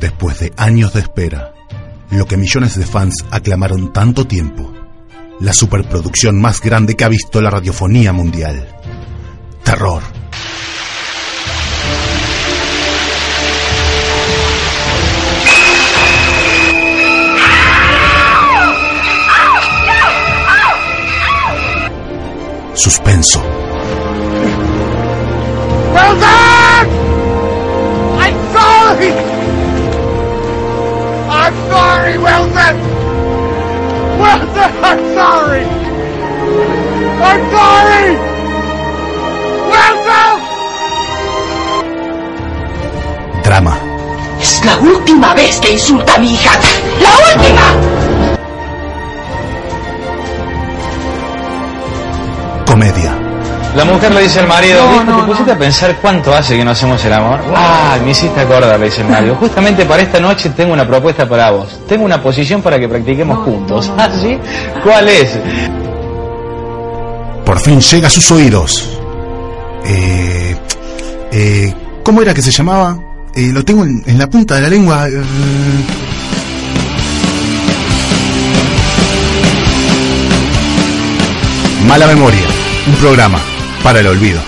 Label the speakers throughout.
Speaker 1: Después de años de espera, lo que millones de fans aclamaron tanto tiempo, la superproducción más grande que ha visto la radiofonía mundial. Terror. Suspenso.
Speaker 2: Wilson! I'm sorry! I'm sorry, Wilson! Wilson, I'm sorry! I'm sorry! Wilson!
Speaker 1: Drama.
Speaker 3: Es la última vez que insulta a mi hija. ¡La última!
Speaker 1: Comedia.
Speaker 4: La mujer le dice al marido,
Speaker 3: No,
Speaker 4: "Viejo,
Speaker 3: no,
Speaker 4: ¿te pusiste a pensar cuánto hace que no hacemos el amor? Ah, me hiciste acordar, le dice el marido. Justamente para esta noche tengo una propuesta para vos. Tengo una posición para que practiquemos juntos. ¿Ah, sí? ¿Cuál es?
Speaker 1: Por fin llega a sus oídos. Eh, eh, ¿Cómo era que se llamaba? Eh, lo tengo en, en la punta de la lengua. eh, Mala memoria. Un programa para el olvido.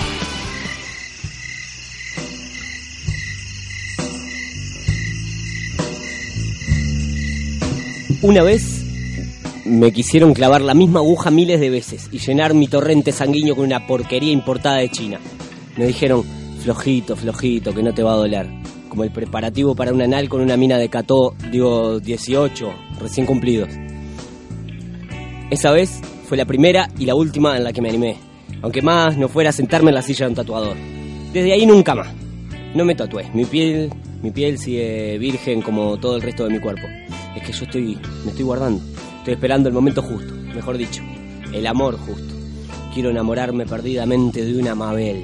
Speaker 5: Una vez me quisieron clavar la misma aguja miles de veces y llenar mi torrente sanguíneo con una porquería importada de China. Me dijeron, flojito, flojito, que no te va a doler. Como el preparativo para un anal con una mina de cató, digo, 18, recién cumplidos. Esa vez fue la primera y la última en la que me animé. Aunque más no fuera a sentarme en la silla de un tatuador. Desde ahí nunca más. No me tatué. Mi piel, mi piel sigue virgen como todo el resto de mi cuerpo. Es que yo estoy, me estoy guardando. Estoy esperando el momento justo. Mejor dicho, el amor justo. Quiero enamorarme perdidamente de una Mabel.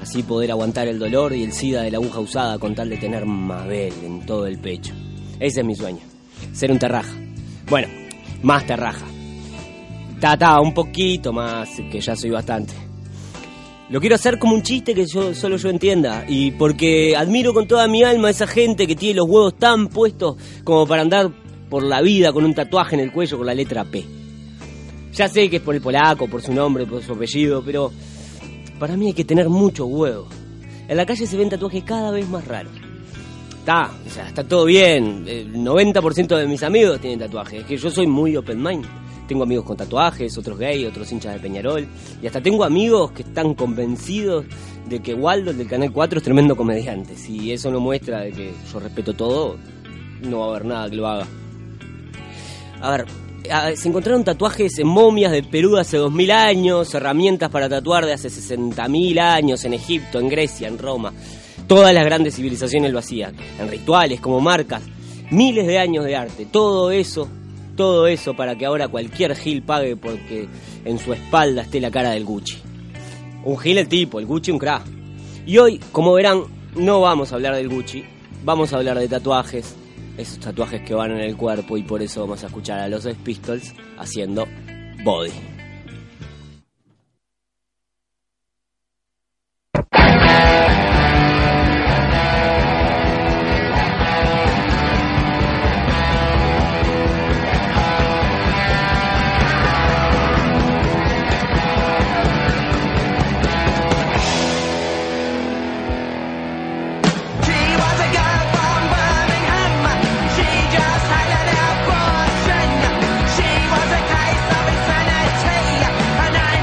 Speaker 5: Así poder aguantar el dolor y el sida de la aguja usada con tal de tener Mabel en todo el pecho. Ese es mi sueño. Ser un terraja. Bueno, más terraja. Tata, un poquito más, que ya soy bastante. Lo quiero hacer como un chiste que yo, solo yo entienda. Y porque admiro con toda mi alma a esa gente que tiene los huevos tan puestos como para andar por la vida con un tatuaje en el cuello con la letra P. Ya sé que es por el polaco, por su nombre, por su apellido, pero para mí hay que tener mucho huevo. En la calle se ven tatuajes cada vez más raros. Está, o sea, está todo bien. El 90% de mis amigos tienen tatuajes. Es que yo soy muy open mind. Tengo amigos con tatuajes, otros gay, otros hinchas de Peñarol. Y hasta tengo amigos que están convencidos de que Waldo, el del Canal 4, es tremendo comediante. Si eso no muestra de que yo respeto todo, no va a haber nada que lo haga. A ver, a- se encontraron tatuajes en momias de Perú de hace 2000 años, herramientas para tatuar de hace 60.000 años en Egipto, en Grecia, en Roma. Todas las grandes civilizaciones lo hacían, en rituales, como marcas, miles de años de arte. Todo eso, todo eso para que ahora cualquier Gil pague porque en su espalda esté la cara del Gucci. Un Gil el tipo, el Gucci un crack. Y hoy, como verán, no vamos a hablar del Gucci, vamos a hablar de tatuajes, esos tatuajes que van en el cuerpo y por eso vamos a escuchar a los Sex Pistols haciendo Body.
Speaker 6: She was a case of insanity.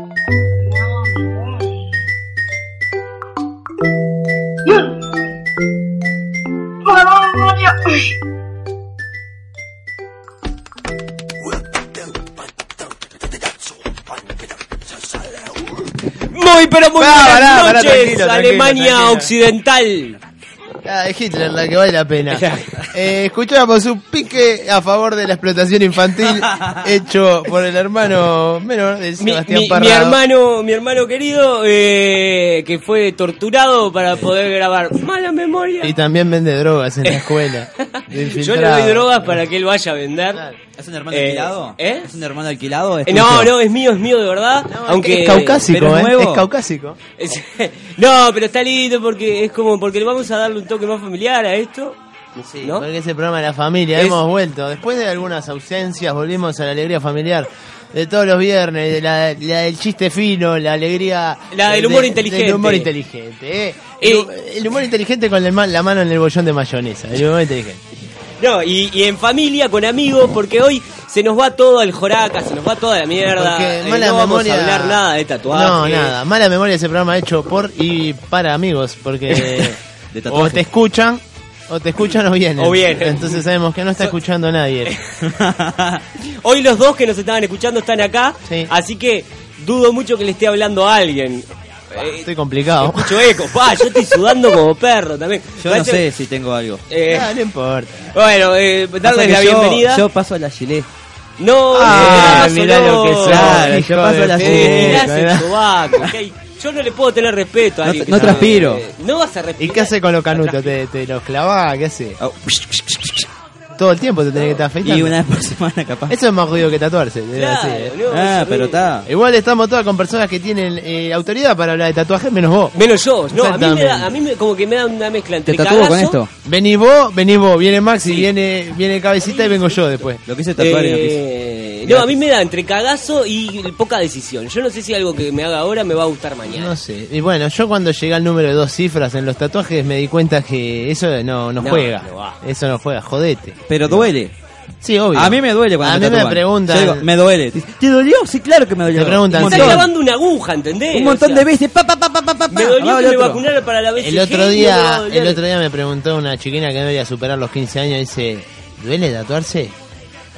Speaker 2: Hmm.
Speaker 5: Muy, pero muy
Speaker 6: Ah,
Speaker 5: buenas
Speaker 6: Pará, pará, pará,
Speaker 5: noches,
Speaker 6: tranquilo, tranquilo,
Speaker 5: Alemania
Speaker 6: tranquilo.
Speaker 5: Occidental.
Speaker 6: Ah, es Hitler la que vale la pena. Eh, escuchábamos un pique a favor de la explotación infantil hecho por el hermano menor de
Speaker 5: Mi,
Speaker 6: Sebastián
Speaker 5: mi- mi
Speaker 6: Parrado.
Speaker 5: hermano, mi hermano querido, eh, que fue torturado para poder grabar. Mala memoria.
Speaker 6: Y también vende drogas en la escuela. de
Speaker 5: Yo le
Speaker 6: infiltrado. Ah,
Speaker 5: doy drogas para que él vaya a vender.
Speaker 7: ¿Es un hermano
Speaker 5: Eh,
Speaker 7: alquilado?
Speaker 5: ¿eh?
Speaker 7: ¿Es un hermano alquilado?
Speaker 5: Eh, No, no, es mío, es mío de verdad. aunque
Speaker 6: Es caucásico,
Speaker 7: pero es
Speaker 6: ¿eh?
Speaker 7: nuevo.
Speaker 6: Es caucásico.
Speaker 5: Es- no, pero está lindo porque es como porque le vamos a darle un toque más familiar a esto.
Speaker 6: Sí,
Speaker 5: ¿no?
Speaker 6: porque ese programa de la familia,
Speaker 5: Es-
Speaker 6: hemos vuelto. Después de algunas ausencias, volvimos a la alegría familiar. De todos los viernes, de la, la del chiste fino, la alegría...
Speaker 5: La del
Speaker 6: de-
Speaker 5: humor inteligente.
Speaker 6: Del humor inteligente, ¿eh?
Speaker 5: Eh.
Speaker 6: El, el humor inteligente con la, ma- la mano en el bollón de mayonesa. El humor inteligente.
Speaker 5: No, y, y en familia, con amigos, porque hoy se nos va todo el joraca, se nos va toda la mierda.
Speaker 6: Porque
Speaker 5: eh,
Speaker 6: mala
Speaker 5: no vamos
Speaker 6: memoria...
Speaker 5: a hablar nada de tatuaje.
Speaker 6: No, nada. Mala memoria ese programa hecho por y para amigos, porque...
Speaker 7: De
Speaker 6: o
Speaker 7: tatuaje.
Speaker 6: te escuchan... O te escuchan o vienen.
Speaker 5: O vienen. Eh,
Speaker 6: Entonces sabemos que no está escuchando nadie.
Speaker 5: Hoy los dos que nos estaban escuchando están acá,
Speaker 6: Sí.
Speaker 5: así que dudo mucho que le esté hablando a alguien. Eh,
Speaker 6: Estoy complicado.
Speaker 5: escucho eco, pa, yo estoy sudando como perro también.
Speaker 7: Yo no
Speaker 5: Parece-
Speaker 7: sé si tengo algo.
Speaker 5: Eh,
Speaker 6: Ah, no importa.
Speaker 5: bueno, eh,
Speaker 7: Pasa
Speaker 5: darles
Speaker 7: que
Speaker 5: la
Speaker 7: yo-
Speaker 5: bienvenida.
Speaker 7: Yo paso a la gilet.
Speaker 5: No,
Speaker 6: Ah,
Speaker 5: no,
Speaker 6: mirá
Speaker 5: no,
Speaker 6: lo que
Speaker 5: no.
Speaker 6: sos,
Speaker 7: Claro,
Speaker 6: hijo
Speaker 7: yo paso
Speaker 6: de
Speaker 7: la
Speaker 6: puta.
Speaker 5: Eh,
Speaker 7: Sí,
Speaker 5: tirás el sobaco, ok. Yo no le puedo tener respeto a
Speaker 7: No
Speaker 5: alguien.
Speaker 7: te- no
Speaker 5: que-
Speaker 7: transpiro.
Speaker 5: eh, No vas a respirar.
Speaker 6: ¿Y qué hace con los canutos? ¿Te, te los clavás? ¿Qué hace?
Speaker 7: Au.
Speaker 6: Todo el tiempo te tenés que estar afeitando.
Speaker 7: Y una vez por semana capaz.
Speaker 6: Eso es más ruido que tatuarse. te digo
Speaker 5: Claro,
Speaker 6: así, ¿eh?
Speaker 5: no,
Speaker 7: Ah,
Speaker 5: eso
Speaker 7: pero
Speaker 5: no.
Speaker 7: está.
Speaker 6: Igual estamos todas con personas que tienen eh, autoridad para hablar de tatuajes, menos vos.
Speaker 5: Menos yo, no, a mí, me
Speaker 6: Exactamente.
Speaker 5: da, a mí me- como que me da una mezcla
Speaker 7: ¿Te
Speaker 5: entre
Speaker 7: tatúo con
Speaker 5: cagazo,
Speaker 7: esto?
Speaker 6: Venís vos, venís vos, viene Maxi, viene, viene Cabecita y vengo yo después.
Speaker 7: Lo quise tatuar y no quise.
Speaker 5: Eh, no, a mí me da entre cagazo y poca decisión. Yo no sé si algo que me haga ahora me va a gustar mañana.
Speaker 6: No sé. Y bueno, yo cuando llegué al número de dos cifras en los tatuajes me di cuenta que eso no, no
Speaker 5: No,
Speaker 6: juega.
Speaker 5: no va.
Speaker 6: eso no juega, jodete.
Speaker 7: Pero duele.
Speaker 6: Sí, obvio.
Speaker 7: A mí me duele cuando
Speaker 6: A
Speaker 7: me
Speaker 6: mí me
Speaker 7: tatúan.
Speaker 6: preguntan-
Speaker 7: Yo digo, me duele. Te dice, ¿Te dolió? Sí, claro que me dolió.
Speaker 6: Te preguntan,
Speaker 7: Un
Speaker 5: Me está
Speaker 7: montón,
Speaker 5: clavando una aguja, ¿entendés?
Speaker 7: Un
Speaker 5: O
Speaker 7: montón
Speaker 5: sea,
Speaker 7: de veces. Pa, pa, pa, pa, pa, pa,
Speaker 5: Me
Speaker 7: pa.
Speaker 5: dolió
Speaker 7: Va,
Speaker 5: que me
Speaker 7: el otro.
Speaker 5: vacunara para la vez
Speaker 6: El otro día, el otro día me preguntó una chiquina que no iba a superar los 15 años, dice, ¿duele tatuarse?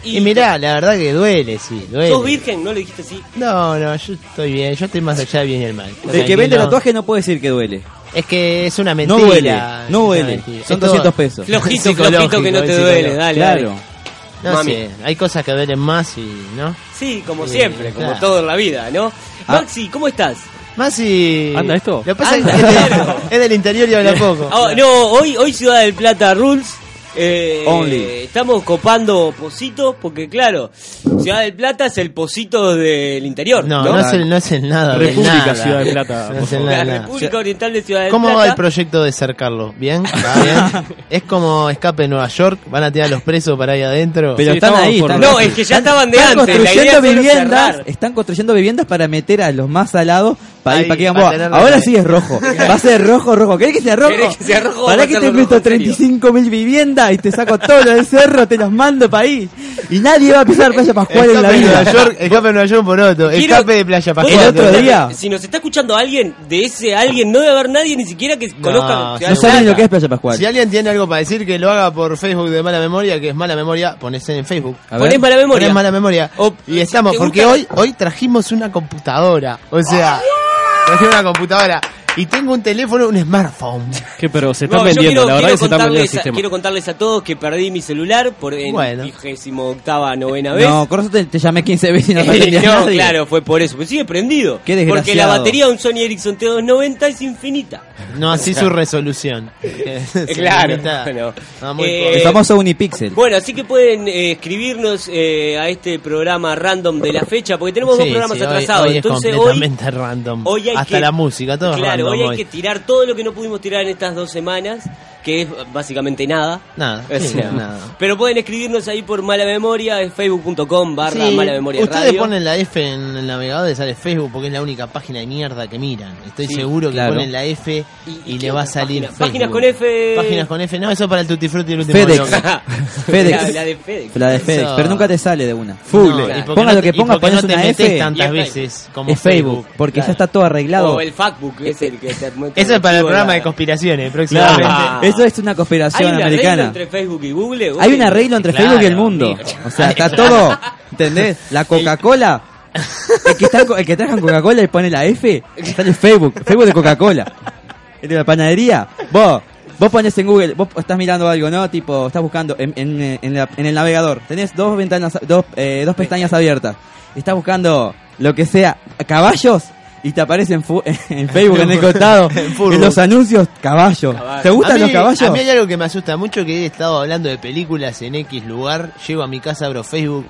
Speaker 6: Y, mirá, la verdad que duele, sí, duele.
Speaker 5: ¿Sos virgen? ¿No le dijiste así?
Speaker 6: No, no, yo estoy bien, yo estoy más allá del bien y el mal.
Speaker 7: El que vende
Speaker 6: Tranquilo.
Speaker 7: tatuaje no puede decir que duele.
Speaker 6: Es que es una mentira.
Speaker 7: No duele.
Speaker 6: es
Speaker 7: No
Speaker 6: una
Speaker 7: duele.
Speaker 6: mentira.
Speaker 7: Son
Speaker 6: Es todo-
Speaker 7: 200 pesos.
Speaker 5: Flojito, flojito
Speaker 6: Psicológico,
Speaker 5: que no te
Speaker 6: es
Speaker 5: duele,
Speaker 6: psicológico.
Speaker 5: dale,
Speaker 7: Claro.
Speaker 5: dale.
Speaker 6: No
Speaker 5: Mami.
Speaker 6: sé, hay cosas que duelen más y, ¿no?
Speaker 5: Sí, como
Speaker 6: Sí,
Speaker 5: siempre, como
Speaker 6: claro.
Speaker 5: todo en la vida, ¿no?
Speaker 7: Ah.
Speaker 5: Maxi, ¿cómo estás?
Speaker 6: Más si...
Speaker 7: ¿Anda esto?
Speaker 6: Lo que pasa
Speaker 5: Anda,
Speaker 6: es que
Speaker 5: claro.
Speaker 6: es del interior y habla poco.
Speaker 5: Ah, no, hoy, hoy Ciudad del Plata Rules. eh,
Speaker 7: Only.
Speaker 5: Estamos copando positos porque, claro, Ciudad del Plata es el posito del interior. No,
Speaker 6: No, no, es el, no es el nada. del
Speaker 8: República
Speaker 6: nada.
Speaker 8: Ciudad de
Speaker 6: No
Speaker 8: Plata, por
Speaker 6: es el
Speaker 8: favor.
Speaker 5: La
Speaker 6: nada. nada.
Speaker 5: República Oriental de Ciudad del
Speaker 6: ¿Cómo va
Speaker 5: Plata.
Speaker 6: el proyecto de cercarlo? ¿Bien? ¿Va bien? es como escape en Nueva York, van a tirar los presos para ahí adentro.
Speaker 7: Pero
Speaker 8: Sí,
Speaker 7: están
Speaker 8: estamos
Speaker 7: ahí.
Speaker 8: por-
Speaker 7: están-
Speaker 5: No, es que ya estaban de
Speaker 7: están
Speaker 5: antes, la idea
Speaker 7: construyendo
Speaker 5: es solo
Speaker 7: viviendas.
Speaker 5: cerrar.
Speaker 7: Están construyendo viviendas para meter a los más salados para
Speaker 6: Ahí,
Speaker 7: ir para que digan,
Speaker 6: para
Speaker 7: "Buah,
Speaker 6: tenerlo
Speaker 7: ahora
Speaker 6: ahí".
Speaker 7: sí es rojo. Va a ser rojo, rojo. ¿Querés que sea rojo?
Speaker 5: ¿Querés que sea rojo? Va
Speaker 7: Para
Speaker 5: a
Speaker 7: que
Speaker 5: ser
Speaker 7: te
Speaker 5: rojo,
Speaker 7: meto
Speaker 5: en serio.
Speaker 7: 35 mil viviendas y te saco todos los del cerro, te los mando para ahí. Y nadie va a pisar playa Pascual
Speaker 6: Escape
Speaker 7: en la
Speaker 6: en Nueva
Speaker 7: vida.
Speaker 6: York, escape en Nueva York por otro,
Speaker 5: Quiero-
Speaker 6: escape de Playa Pascual.
Speaker 7: El otro día.
Speaker 5: Si nos está escuchando alguien, de ese alguien no debe haber nadie ni siquiera que conozca.
Speaker 7: No
Speaker 5: Ciudad del
Speaker 7: saben
Speaker 5: Plata.
Speaker 7: lo que es playa Pascual.
Speaker 6: Si alguien tiene algo para decir que lo haga por Facebook de mala memoria, que es mala memoria, pones en Facebook.
Speaker 7: A ver.
Speaker 5: Ponés mala memoria.
Speaker 6: Ponés mala memoria.
Speaker 5: O-
Speaker 6: y estamos,
Speaker 5: si te
Speaker 6: porque
Speaker 5: gusta- Ah,
Speaker 6: hoy, hoy trajimos una computadora. O sea, trajimos una computadora. Y tengo un teléfono, un smartphone.
Speaker 8: Que, pero se están
Speaker 5: No, yo
Speaker 8: vendiendo,
Speaker 5: quiero,
Speaker 8: la verdad
Speaker 5: quiero
Speaker 8: que se están vendiendo el
Speaker 5: contarles, a,
Speaker 8: sistema.
Speaker 5: quiero contarles a todos que perdí mi celular por en
Speaker 6: Bueno.
Speaker 5: 28ª, novena vez.
Speaker 7: No, con eso te, te llamé 15 veces y no te atendía
Speaker 5: no,
Speaker 7: nadie.
Speaker 5: claro, fue por eso. Pues sigue prendido.
Speaker 7: Qué desgraciado.
Speaker 5: porque la batería de un Sony Ericsson T290 es infinita.
Speaker 6: No así su resolución. Se
Speaker 5: claro,
Speaker 6: limita
Speaker 5: bueno.
Speaker 6: a muy
Speaker 5: Eh,
Speaker 6: poco.
Speaker 7: El famoso Unipixel.
Speaker 5: Bueno, así que pueden eh, escribirnos eh, a este programa random de la fecha, porque tenemos dos
Speaker 6: Sí,
Speaker 5: programas
Speaker 6: sí, hoy-
Speaker 5: atrasados.
Speaker 6: hoy es
Speaker 5: Entonces hoy,
Speaker 6: completamente random.
Speaker 5: hoy hay
Speaker 6: Hasta
Speaker 5: que-
Speaker 6: la música, todo es
Speaker 5: claro,
Speaker 6: random
Speaker 5: hoy hay que tirar todo lo que no pudimos tirar en estas dos semanas, que es básicamente nada.
Speaker 6: Nada,
Speaker 5: O
Speaker 6: sí,
Speaker 5: sea,
Speaker 6: nada.
Speaker 5: Pero pueden escribirnos ahí por mala memoria, es facebook.com barra
Speaker 6: Sí,
Speaker 5: mala memoria
Speaker 6: Ustedes
Speaker 5: radio.
Speaker 6: ponen la F en el navegador y sale Facebook porque es la única página de mierda que miran. Estoy
Speaker 5: Sí,
Speaker 6: seguro que
Speaker 7: claro.
Speaker 6: ponen la F y,
Speaker 5: ¿Y
Speaker 6: le
Speaker 5: qué
Speaker 6: va a
Speaker 5: otra
Speaker 6: salir
Speaker 5: página?
Speaker 6: Facebook.
Speaker 5: Páginas con F.
Speaker 6: Páginas con F. No, eso es para el Tutti Frutti del último
Speaker 7: FedEx.
Speaker 6: bloque.
Speaker 7: FedEx.
Speaker 5: La, la de FedEx.
Speaker 7: La de FedEx,
Speaker 6: Eso-
Speaker 7: pero nunca te sale de una.
Speaker 6: No,
Speaker 7: Fugle.
Speaker 6: y porque
Speaker 7: ponga
Speaker 6: no
Speaker 7: lo
Speaker 6: te-
Speaker 7: que
Speaker 6: y
Speaker 7: ponga,
Speaker 6: porque
Speaker 7: pones
Speaker 6: no te
Speaker 7: una
Speaker 6: metes
Speaker 7: F.
Speaker 5: Y
Speaker 6: tantas
Speaker 5: es
Speaker 6: veces como
Speaker 7: Es Facebook, porque ya
Speaker 6: claro.
Speaker 7: está todo arreglado.
Speaker 5: O el Factbook, es el que te muestra
Speaker 6: Eso es para el
Speaker 5: archivo
Speaker 6: programa
Speaker 5: la-
Speaker 6: de conspiraciones, próximamente.
Speaker 7: Claro. Eso es una
Speaker 5: Hay
Speaker 7: conspiración
Speaker 5: un arreglo
Speaker 7: americana.
Speaker 5: entre Facebook y Google.
Speaker 7: Hay
Speaker 5: Google.
Speaker 7: un arreglo entre
Speaker 6: Claro,
Speaker 7: Facebook y el mundo.
Speaker 6: amigo.
Speaker 7: O sea, está todo. ¿Entendés? La Coca-Cola El que, está, el que trabaja en Coca-Cola y pone la F, sale Facebook, Facebook de Coca-Cola. El de la panadería, vos, vos pones en Google, vos estás mirando algo, ¿no? Tipo, estás buscando en, en- en la- en el navegador, tenés dos ventanas, dos, eh, dos pestañas abiertas, estás buscando lo que sea, caballos, y te aparece en, fu- en Facebook en el costado,
Speaker 6: En
Speaker 7: en,
Speaker 6: furbo.
Speaker 7: los anuncios, caballos. ¿Te gustan
Speaker 6: A mí-
Speaker 7: los caballos?
Speaker 6: A mí hay algo que me asusta mucho que he estado hablando de películas en X lugar, llego a mi casa, abro Facebook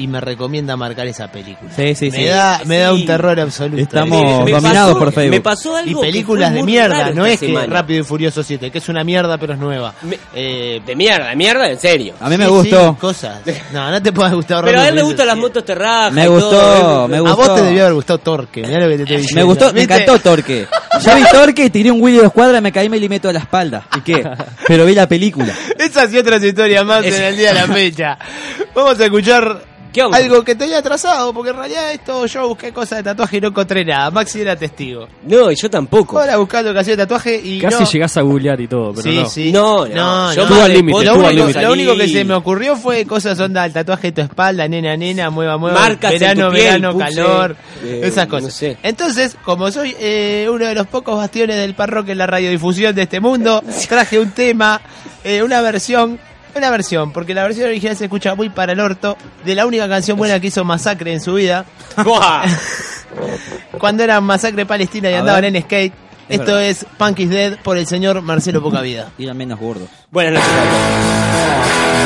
Speaker 6: y me recomienda marcar esa película.
Speaker 7: Sí, sí,
Speaker 6: me
Speaker 7: sí.
Speaker 6: Da, me da
Speaker 5: Sí.
Speaker 6: un terror absoluto.
Speaker 7: Estamos
Speaker 6: Sí.
Speaker 5: Me
Speaker 7: dominados
Speaker 5: pasó-
Speaker 7: por Facebook.
Speaker 5: Me pasó algo
Speaker 6: Y
Speaker 5: que
Speaker 6: películas
Speaker 5: fue
Speaker 6: de
Speaker 5: muy
Speaker 6: mierda,
Speaker 5: raro
Speaker 6: no
Speaker 5: esta
Speaker 6: es que
Speaker 5: semana.
Speaker 6: Rápido y Furioso 7, que es una mierda pero es nueva.
Speaker 5: Me-
Speaker 6: Eh,
Speaker 5: De mierda, de mierda, en serio.
Speaker 7: A mí me
Speaker 6: sí,
Speaker 7: gustó.
Speaker 6: sí, cosas. No, no te puede gustar.
Speaker 5: Pero a él
Speaker 6: Rápido
Speaker 5: le
Speaker 6: y
Speaker 5: gustan las
Speaker 6: Furioso
Speaker 5: motos terrajas.
Speaker 7: Me
Speaker 5: y
Speaker 7: gustó,
Speaker 5: todo,
Speaker 7: me
Speaker 6: A
Speaker 7: gustó.
Speaker 6: vos te debió haber gustado Torque, mirá lo que te estoy diciendo.
Speaker 7: Me gustó, me
Speaker 6: ¿Viste?
Speaker 7: encantó Torque. Yo vi Torque y tiré un Willy de dos cuadras, me caí, me limé toda la espalda. ¿Y qué? Pero vi la película.
Speaker 6: Esas y otras historias más en el día de la fecha. Vamos a escuchar
Speaker 5: ¿Qué onda?
Speaker 6: algo que te había atrasado, porque en realidad esto yo busqué cosas de tatuaje y no encontré nada. Maxi era testigo.
Speaker 5: No, yo tampoco.
Speaker 6: Ahora buscando canción de tatuaje y
Speaker 8: Casi
Speaker 6: no.
Speaker 8: llegás a googlear y todo, pero
Speaker 6: sí,
Speaker 8: no.
Speaker 6: sí.
Speaker 5: No, no, yo
Speaker 8: Estuvo
Speaker 5: más
Speaker 8: al
Speaker 5: de
Speaker 8: límite,
Speaker 5: fotos
Speaker 6: Lo
Speaker 8: estuvo al
Speaker 5: no
Speaker 6: único,
Speaker 8: límite.
Speaker 5: salí.
Speaker 6: lo único que se me ocurrió fue cosas onda el tatuaje de tu espalda, nena, nena, mueva, mueva,
Speaker 5: Marcas en
Speaker 6: verano,
Speaker 5: tu piel,
Speaker 6: verano,
Speaker 5: puse,
Speaker 6: calor,
Speaker 5: eh,
Speaker 6: esas cosas.
Speaker 5: no sé.
Speaker 6: Entonces, como soy eh, uno de los pocos bastiones del parroquia en la radiodifusión de este mundo, traje un tema, eh, una versión, una versión, porque la versión original se escucha muy para el orto, de la única canción buena que hizo Masacre en su vida,
Speaker 5: Buah.
Speaker 6: cuando era Masacre Palestina y
Speaker 7: A
Speaker 6: andaban
Speaker 7: ver.
Speaker 6: en skate.
Speaker 7: Es
Speaker 6: Esto
Speaker 7: verdad.
Speaker 6: es Punk is Dead por el señor Marcelo Pocavida.
Speaker 7: Y eran menos gordos.
Speaker 5: Buenas noches a todos.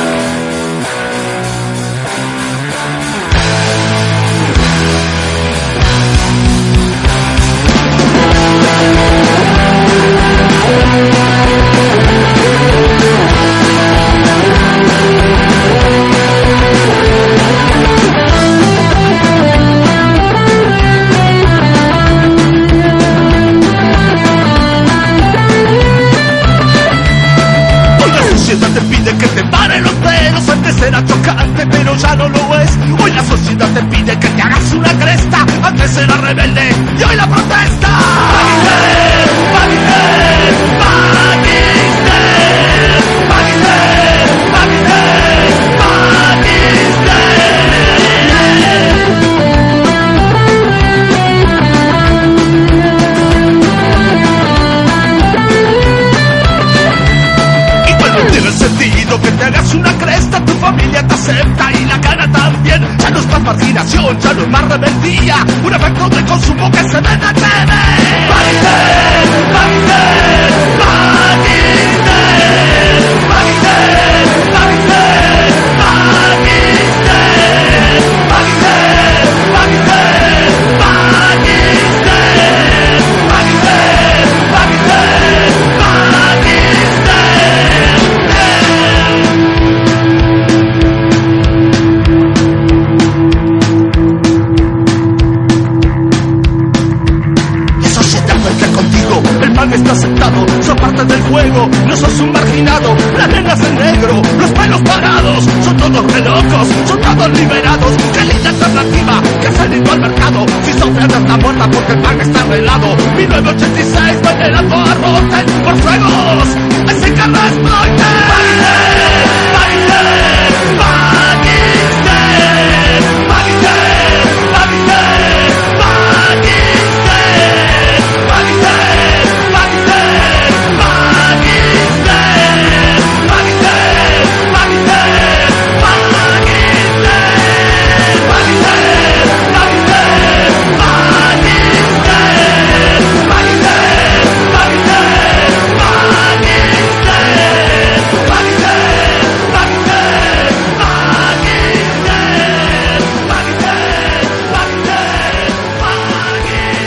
Speaker 2: Hoy la sociedad te pide que te paren los dedos, antes era chocante, pero ya no lo es. Hoy la sociedad te pide que te hagas una cresta, antes era rebelde y hoy la protesta. Paguistel, paguistel, paguistel, paguistel, paguistel, paguistel. Y cuando tiene sentido que te hagas una cresta, tu familia te acepta y la gana también. Ya no es más marginación, ya no es más rebeldía. Un efecto de consumo que se vende en TV. Maricel, Maricel, Maricel, Maricel, Maricel, Maricel, Maricel, Maricel, Maricel, Maricel, Maricel, Maricel. La sociedad está contigo, el pan está aceptado, sos parte del juego, no sos un marginado, las nenas en negro, los pelos parados, son todos re locos, son todos liberados, qué linda alternativa, que has salido al mercado, si Sofía no está muerta porque el pan está arreglado, 1986 venerando a Rotten por fuegos, ese carro es Rotten. Baguette, baguette, baguette, baguette, baguette, baguette. Pakistan, Pakistan, Pakistan, Pakistan, Pakistan, Pakistan, Pakistan, Pakistan, Pakistan, Pakistan, Pakistan, Pakistan, Pakistan, Pakistan, Pakistan, Pakistan, Pakistan, Pakistan.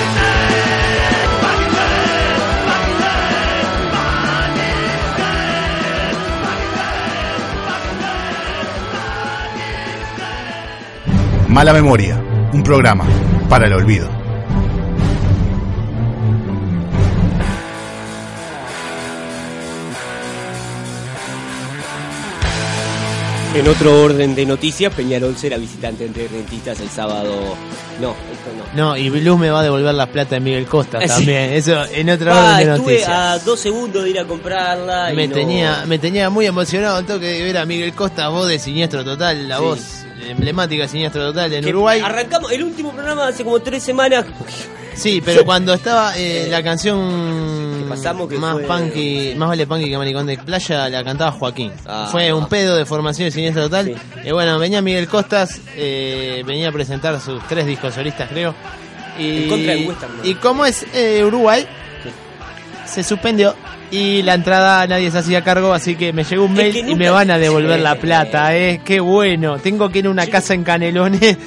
Speaker 1: Mala Memoria, un programa para el olvido.
Speaker 5: En otro orden de noticias, Peñarol será visitante ante Rentistas el sábado. No, esto no.
Speaker 6: No, y Blues me va a devolver la plata de Miguel Costa
Speaker 5: Eh, sí.
Speaker 6: también. Eso en otra
Speaker 5: Ah,
Speaker 6: orden de
Speaker 5: estuve
Speaker 6: noticias.
Speaker 5: a dos segundos de ir a comprarla. y
Speaker 6: Me,
Speaker 5: no-
Speaker 6: tenía, me tenía muy emocionado el toque de ver a Miguel Costa, voz de siniestro total, la
Speaker 5: Sí.
Speaker 6: voz emblemática de Siniestro Total en
Speaker 5: Que
Speaker 6: Uruguay.
Speaker 5: Arrancamos el último programa hace como tres semanas.
Speaker 6: Sí, pero cuando estaba eh, la canción
Speaker 5: Que pasamos que
Speaker 6: más
Speaker 5: fue-
Speaker 6: punky, más vale punky que maricón de playa, la cantaba Joaquín.
Speaker 5: Ah.
Speaker 6: fue un pedo de formación de siniestra total.
Speaker 5: Sí.
Speaker 6: Y bueno, venía Miguel Costas, eh, venía a presentar sus tres discos solistas, creo. Y,
Speaker 5: En contra de Western, ¿no?
Speaker 6: y como es eh, Uruguay, se suspendió y la entrada nadie se hacía cargo, así que me llegó un
Speaker 5: Es
Speaker 6: mail
Speaker 5: que
Speaker 6: y
Speaker 5: nunca-
Speaker 6: me van a devolver la
Speaker 5: Sí.
Speaker 6: plata, eh. Qué bueno. Tengo que ir a una casa en Canelones de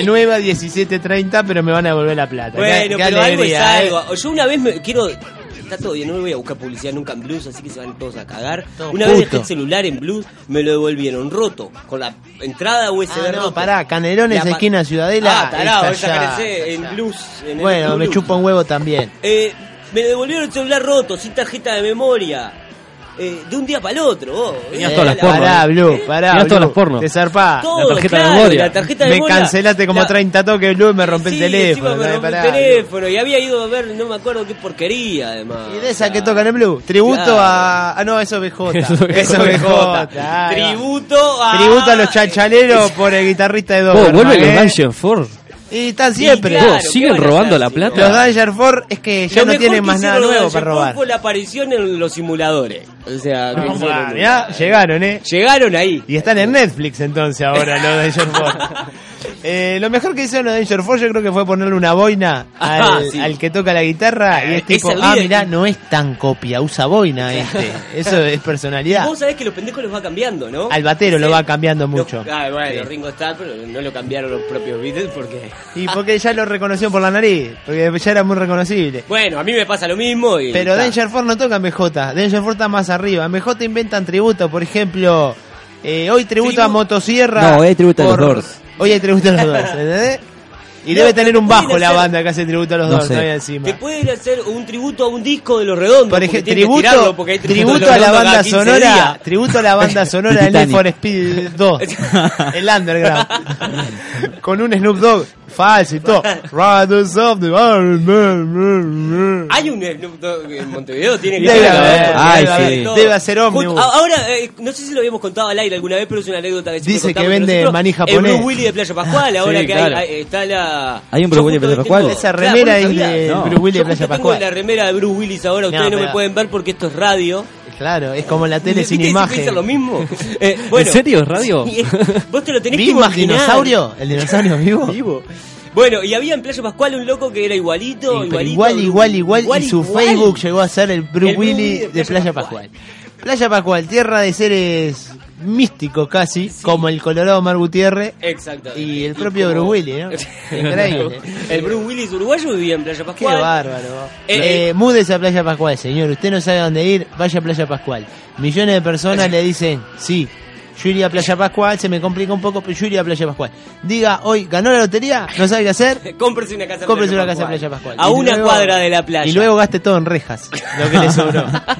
Speaker 5: ¿Eh?
Speaker 6: 9 a 17.30, pero me van a devolver la plata.
Speaker 5: Bueno,
Speaker 6: Qué- qué
Speaker 5: pero algo es
Speaker 6: alegría, eh.
Speaker 5: algo. O Yo una vez me quiero. Está todo bien, no me voy a buscar publicidad nunca en Blues, así que se van todos a cagar.
Speaker 6: Todo
Speaker 5: una vez dejé
Speaker 6: puto.
Speaker 5: el celular en Blues, me lo devolvieron roto, con la entrada USB
Speaker 6: Ah, no,
Speaker 5: rota.
Speaker 6: pará, Canelones,
Speaker 5: La pa-
Speaker 6: esquina Ciudadela,
Speaker 5: Ah, tarado,
Speaker 6: está allá,
Speaker 5: desaparecé
Speaker 6: está
Speaker 5: en
Speaker 6: allá.
Speaker 5: Blues. en el
Speaker 6: Bueno, me
Speaker 5: Blues.
Speaker 6: chupa un huevo también.
Speaker 5: Eh, me devolvieron el celular roto, sin tarjeta de memoria. Eh, de un día para el otro, vos.
Speaker 7: Tenías
Speaker 5: Eh,
Speaker 7: todas las
Speaker 5: la-
Speaker 7: pornos.
Speaker 6: Pará, Blue,
Speaker 7: Mirá
Speaker 6: pará.
Speaker 7: todas
Speaker 6: Blue,
Speaker 7: las porno.
Speaker 6: Te zarpá.
Speaker 5: Todo,
Speaker 7: La tarjeta de
Speaker 5: claro,
Speaker 7: memoria.
Speaker 5: la tarjeta de
Speaker 6: Me
Speaker 5: memoria.
Speaker 6: cancelaste como
Speaker 5: La-
Speaker 6: 30 toques, Blue, y me rompí
Speaker 5: Sí,
Speaker 6: el teléfono.
Speaker 5: encima me
Speaker 6: dale,
Speaker 5: rompí
Speaker 6: pará,
Speaker 5: el teléfono y había ido a ver, no me acuerdo qué porquería, además.
Speaker 6: Blue. Y de esa que tocan en Blue. Tributo
Speaker 5: Claro.
Speaker 6: a. Ah, no, eso es BJ.
Speaker 7: Eso es BJ.
Speaker 6: Eso es BJ. ahí va.
Speaker 5: Tributo a.
Speaker 6: Ah, Tributo a los chachaleros por el guitarrista de
Speaker 8: Vos,
Speaker 7: Oh,
Speaker 6: Doberman.
Speaker 8: Oh, vuelve los
Speaker 6: ¿eh?
Speaker 8: Dungeon Ford.
Speaker 6: Y están siempre.
Speaker 5: Y claro,
Speaker 8: Vos,
Speaker 5: ¿qué
Speaker 8: siguen
Speaker 5: van a
Speaker 8: robando
Speaker 5: hacer,
Speaker 8: la
Speaker 5: si
Speaker 8: plata.
Speaker 5: no?
Speaker 6: Los Danger Four es que ya
Speaker 5: Lo
Speaker 6: no
Speaker 5: mejor
Speaker 6: tienen
Speaker 5: que
Speaker 6: más nada
Speaker 5: hicieron los
Speaker 6: nuevo
Speaker 5: Danger
Speaker 6: para
Speaker 5: Punk
Speaker 6: robar. Ah,
Speaker 5: Fue la aparición en los simuladores. O sea, que
Speaker 6: Vamos,
Speaker 5: hicieron-
Speaker 6: mirá, llegaron, eh.
Speaker 5: Llegaron ahí.
Speaker 6: Y están en Netflix entonces ahora los Danger Four. Eh, lo mejor que hicieron los Danger Four yo creo que fue ponerle una boina al,
Speaker 5: Ajá, Ah, sí.
Speaker 6: al que toca la guitarra y
Speaker 5: Eh,
Speaker 6: es tipo,
Speaker 5: es el
Speaker 6: ah,
Speaker 5: líder".
Speaker 6: mirá, no es tan copia, usa boina este. Eso es personalidad.
Speaker 5: Vos sabés que los pendejos los va cambiando, ¿no?
Speaker 6: Al batero lo va cambiando
Speaker 5: Los-
Speaker 6: mucho.
Speaker 5: Ah, bueno,
Speaker 6: Sí.
Speaker 5: Ringo Starr, pero no lo cambiaron los propios Beatles porque...
Speaker 6: Y porque ya lo reconocieron por la nariz, porque ya era muy reconocible.
Speaker 5: Bueno, a mí me pasa lo mismo y...
Speaker 6: Pero
Speaker 5: ta.
Speaker 6: Danger Four no toca MJ, Danger Four está más arriba. MJ inventan tributo, por ejemplo, eh, hoy tributo
Speaker 5: Tribu-
Speaker 6: a Motosierra.
Speaker 7: No, hoy hay tributo a los
Speaker 6: por-
Speaker 7: Doors.
Speaker 6: Hoy hay tributo a los Doors, ¿entendés? Y
Speaker 5: No, pero
Speaker 6: debe tener un
Speaker 5: pueden
Speaker 6: bajo la
Speaker 5: hacer-
Speaker 6: banda que hace tributo a los
Speaker 7: No
Speaker 6: Doors,
Speaker 7: sé.
Speaker 6: ¿no? Ahí encima.
Speaker 5: Te pueden hacer un tributo a un disco de los redondos.
Speaker 6: Por
Speaker 5: porque
Speaker 6: ejemplo,
Speaker 5: tienen que
Speaker 6: tributo,
Speaker 5: tirarlo porque hay tributo de
Speaker 6: tributo
Speaker 5: Los
Speaker 6: a la
Speaker 5: Redondos cada
Speaker 6: banda
Speaker 5: 15
Speaker 6: sonora,
Speaker 5: días.
Speaker 6: tributo a la banda sonora
Speaker 7: De
Speaker 6: del Need
Speaker 7: Titanic.
Speaker 6: for Speed 2, el underground, con un Snoop Dogg falso y todo. Riders of the Iron Man.
Speaker 5: Hay un Snoop Dogg en Montevideo, tiene que
Speaker 6: Debe
Speaker 5: ser.
Speaker 6: haber,
Speaker 7: Ay,
Speaker 6: debe haber,
Speaker 7: sí.
Speaker 5: Todo.
Speaker 6: debe hacer ómnibus.
Speaker 5: Justo- a- Ahora, eh, no sé si lo habíamos contado al aire alguna vez, pero es una anécdota que siempre
Speaker 6: Dice que
Speaker 5: contamos
Speaker 6: vende
Speaker 5: nosotros.
Speaker 6: maní
Speaker 5: El
Speaker 6: japonés.
Speaker 5: Blue Willy de Playa Pascual, ahora que hay-
Speaker 7: claro.
Speaker 5: hay- está la...
Speaker 7: Hay un
Speaker 5: Yo
Speaker 7: Blue Willy de
Speaker 5: justo
Speaker 7: Playa Pascual.
Speaker 5: tengo-
Speaker 6: Esa
Speaker 5: Claro,
Speaker 6: remera
Speaker 5: vos
Speaker 6: es
Speaker 5: no
Speaker 6: de
Speaker 5: sabías.
Speaker 7: No.
Speaker 6: Bruce
Speaker 5: Yo
Speaker 6: Willis
Speaker 5: justo
Speaker 6: de Playa
Speaker 5: tengo
Speaker 6: Pascual.
Speaker 5: la remera de Bruce Willis ahora, ustedes no
Speaker 6: pero-
Speaker 5: me pueden ver porque esto es radio.
Speaker 6: Claro, es como la tele
Speaker 5: ¿Viste
Speaker 6: sin
Speaker 5: que siempre
Speaker 6: imagen.
Speaker 5: dicen lo mismo? Eh, bueno.
Speaker 8: ¿En serio, radio?
Speaker 5: Sí, vos te lo tenés que
Speaker 6: ¿Vivo el
Speaker 5: imaginar.
Speaker 6: dinosaurio? ¿El dinosaurio vivo?
Speaker 5: Bueno, y había en Playa Pascual un loco que era igualito,
Speaker 6: Sí, pero
Speaker 5: igualito.
Speaker 6: igual, igual, igual, Y su
Speaker 5: igual.
Speaker 6: Facebook llegó a ser el Bruce
Speaker 5: El Bruce
Speaker 6: Willis de Playa Pascual. Playa Pascual, tierra de seres místicos casi, como el Colorado Mar Gutiérrez.
Speaker 5: Exactamente.
Speaker 6: Y el propio
Speaker 5: como-
Speaker 6: Bruce Willis, ¿no? Increíble.
Speaker 5: el Bruce Willis uruguayo vivía en Playa
Speaker 6: Qué
Speaker 5: Pascual.
Speaker 6: bárbaro.
Speaker 5: Eh,
Speaker 6: Eh, múdese a Playa Pascual, señor. Usted no sabe dónde ir, vaya a Playa Pascual. Millones de personas le dicen, sí, yo iría a Playa Pascual, se me complica un poco, pero yo iría a Playa Pascual. Diga, hoy, ¿ganó la lotería? ¿No sabe qué hacer?
Speaker 5: Cómprese una casa en
Speaker 6: Cómprese
Speaker 5: Playa
Speaker 6: una casa en
Speaker 5: Pascual.
Speaker 6: Playa Pascual.
Speaker 5: A
Speaker 6: Y
Speaker 5: una
Speaker 6: luego-
Speaker 5: cuadra de la playa.
Speaker 6: Y luego gaste todo en rejas, lo que le sobró.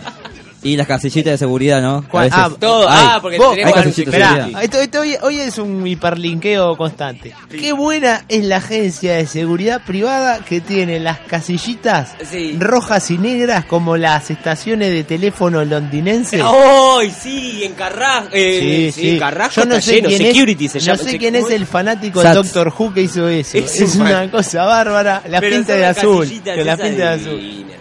Speaker 7: Y las casillitas de seguridad, ¿no? A
Speaker 6: ¿Cuál?
Speaker 7: veces.
Speaker 6: Ah,
Speaker 5: Todo.
Speaker 7: Ay,
Speaker 5: ah, porque
Speaker 6: vos-
Speaker 5: tenemos
Speaker 7: hay
Speaker 5: que
Speaker 7: cafecitos
Speaker 5: esperá.
Speaker 7: de
Speaker 6: Ah, esto- esto hoy, hoy es un hiperlinqueo constante. Qué buena es la agencia de seguridad privada que tiene las casillitas
Speaker 5: Sí.
Speaker 6: rojas y negras como las estaciones de teléfono londinenses.
Speaker 5: ¡Ay, sí! En Carrasco. Eh, sí, Carrasco
Speaker 6: Yo no
Speaker 5: está
Speaker 6: sé
Speaker 5: lleno.
Speaker 6: quién es-
Speaker 5: Security se llama.
Speaker 6: No sé quién es el fanático de
Speaker 7: Sats.
Speaker 6: Doctor Who que hizo eso.
Speaker 5: Es
Speaker 6: Es,
Speaker 5: un
Speaker 6: una
Speaker 5: fan-
Speaker 6: cosa bárbara. La
Speaker 5: Pero
Speaker 6: pinta
Speaker 5: son
Speaker 6: de
Speaker 5: las
Speaker 6: azul.
Speaker 5: casillitas
Speaker 6: Que la
Speaker 5: esas
Speaker 6: pinta de azul.
Speaker 5: divinas.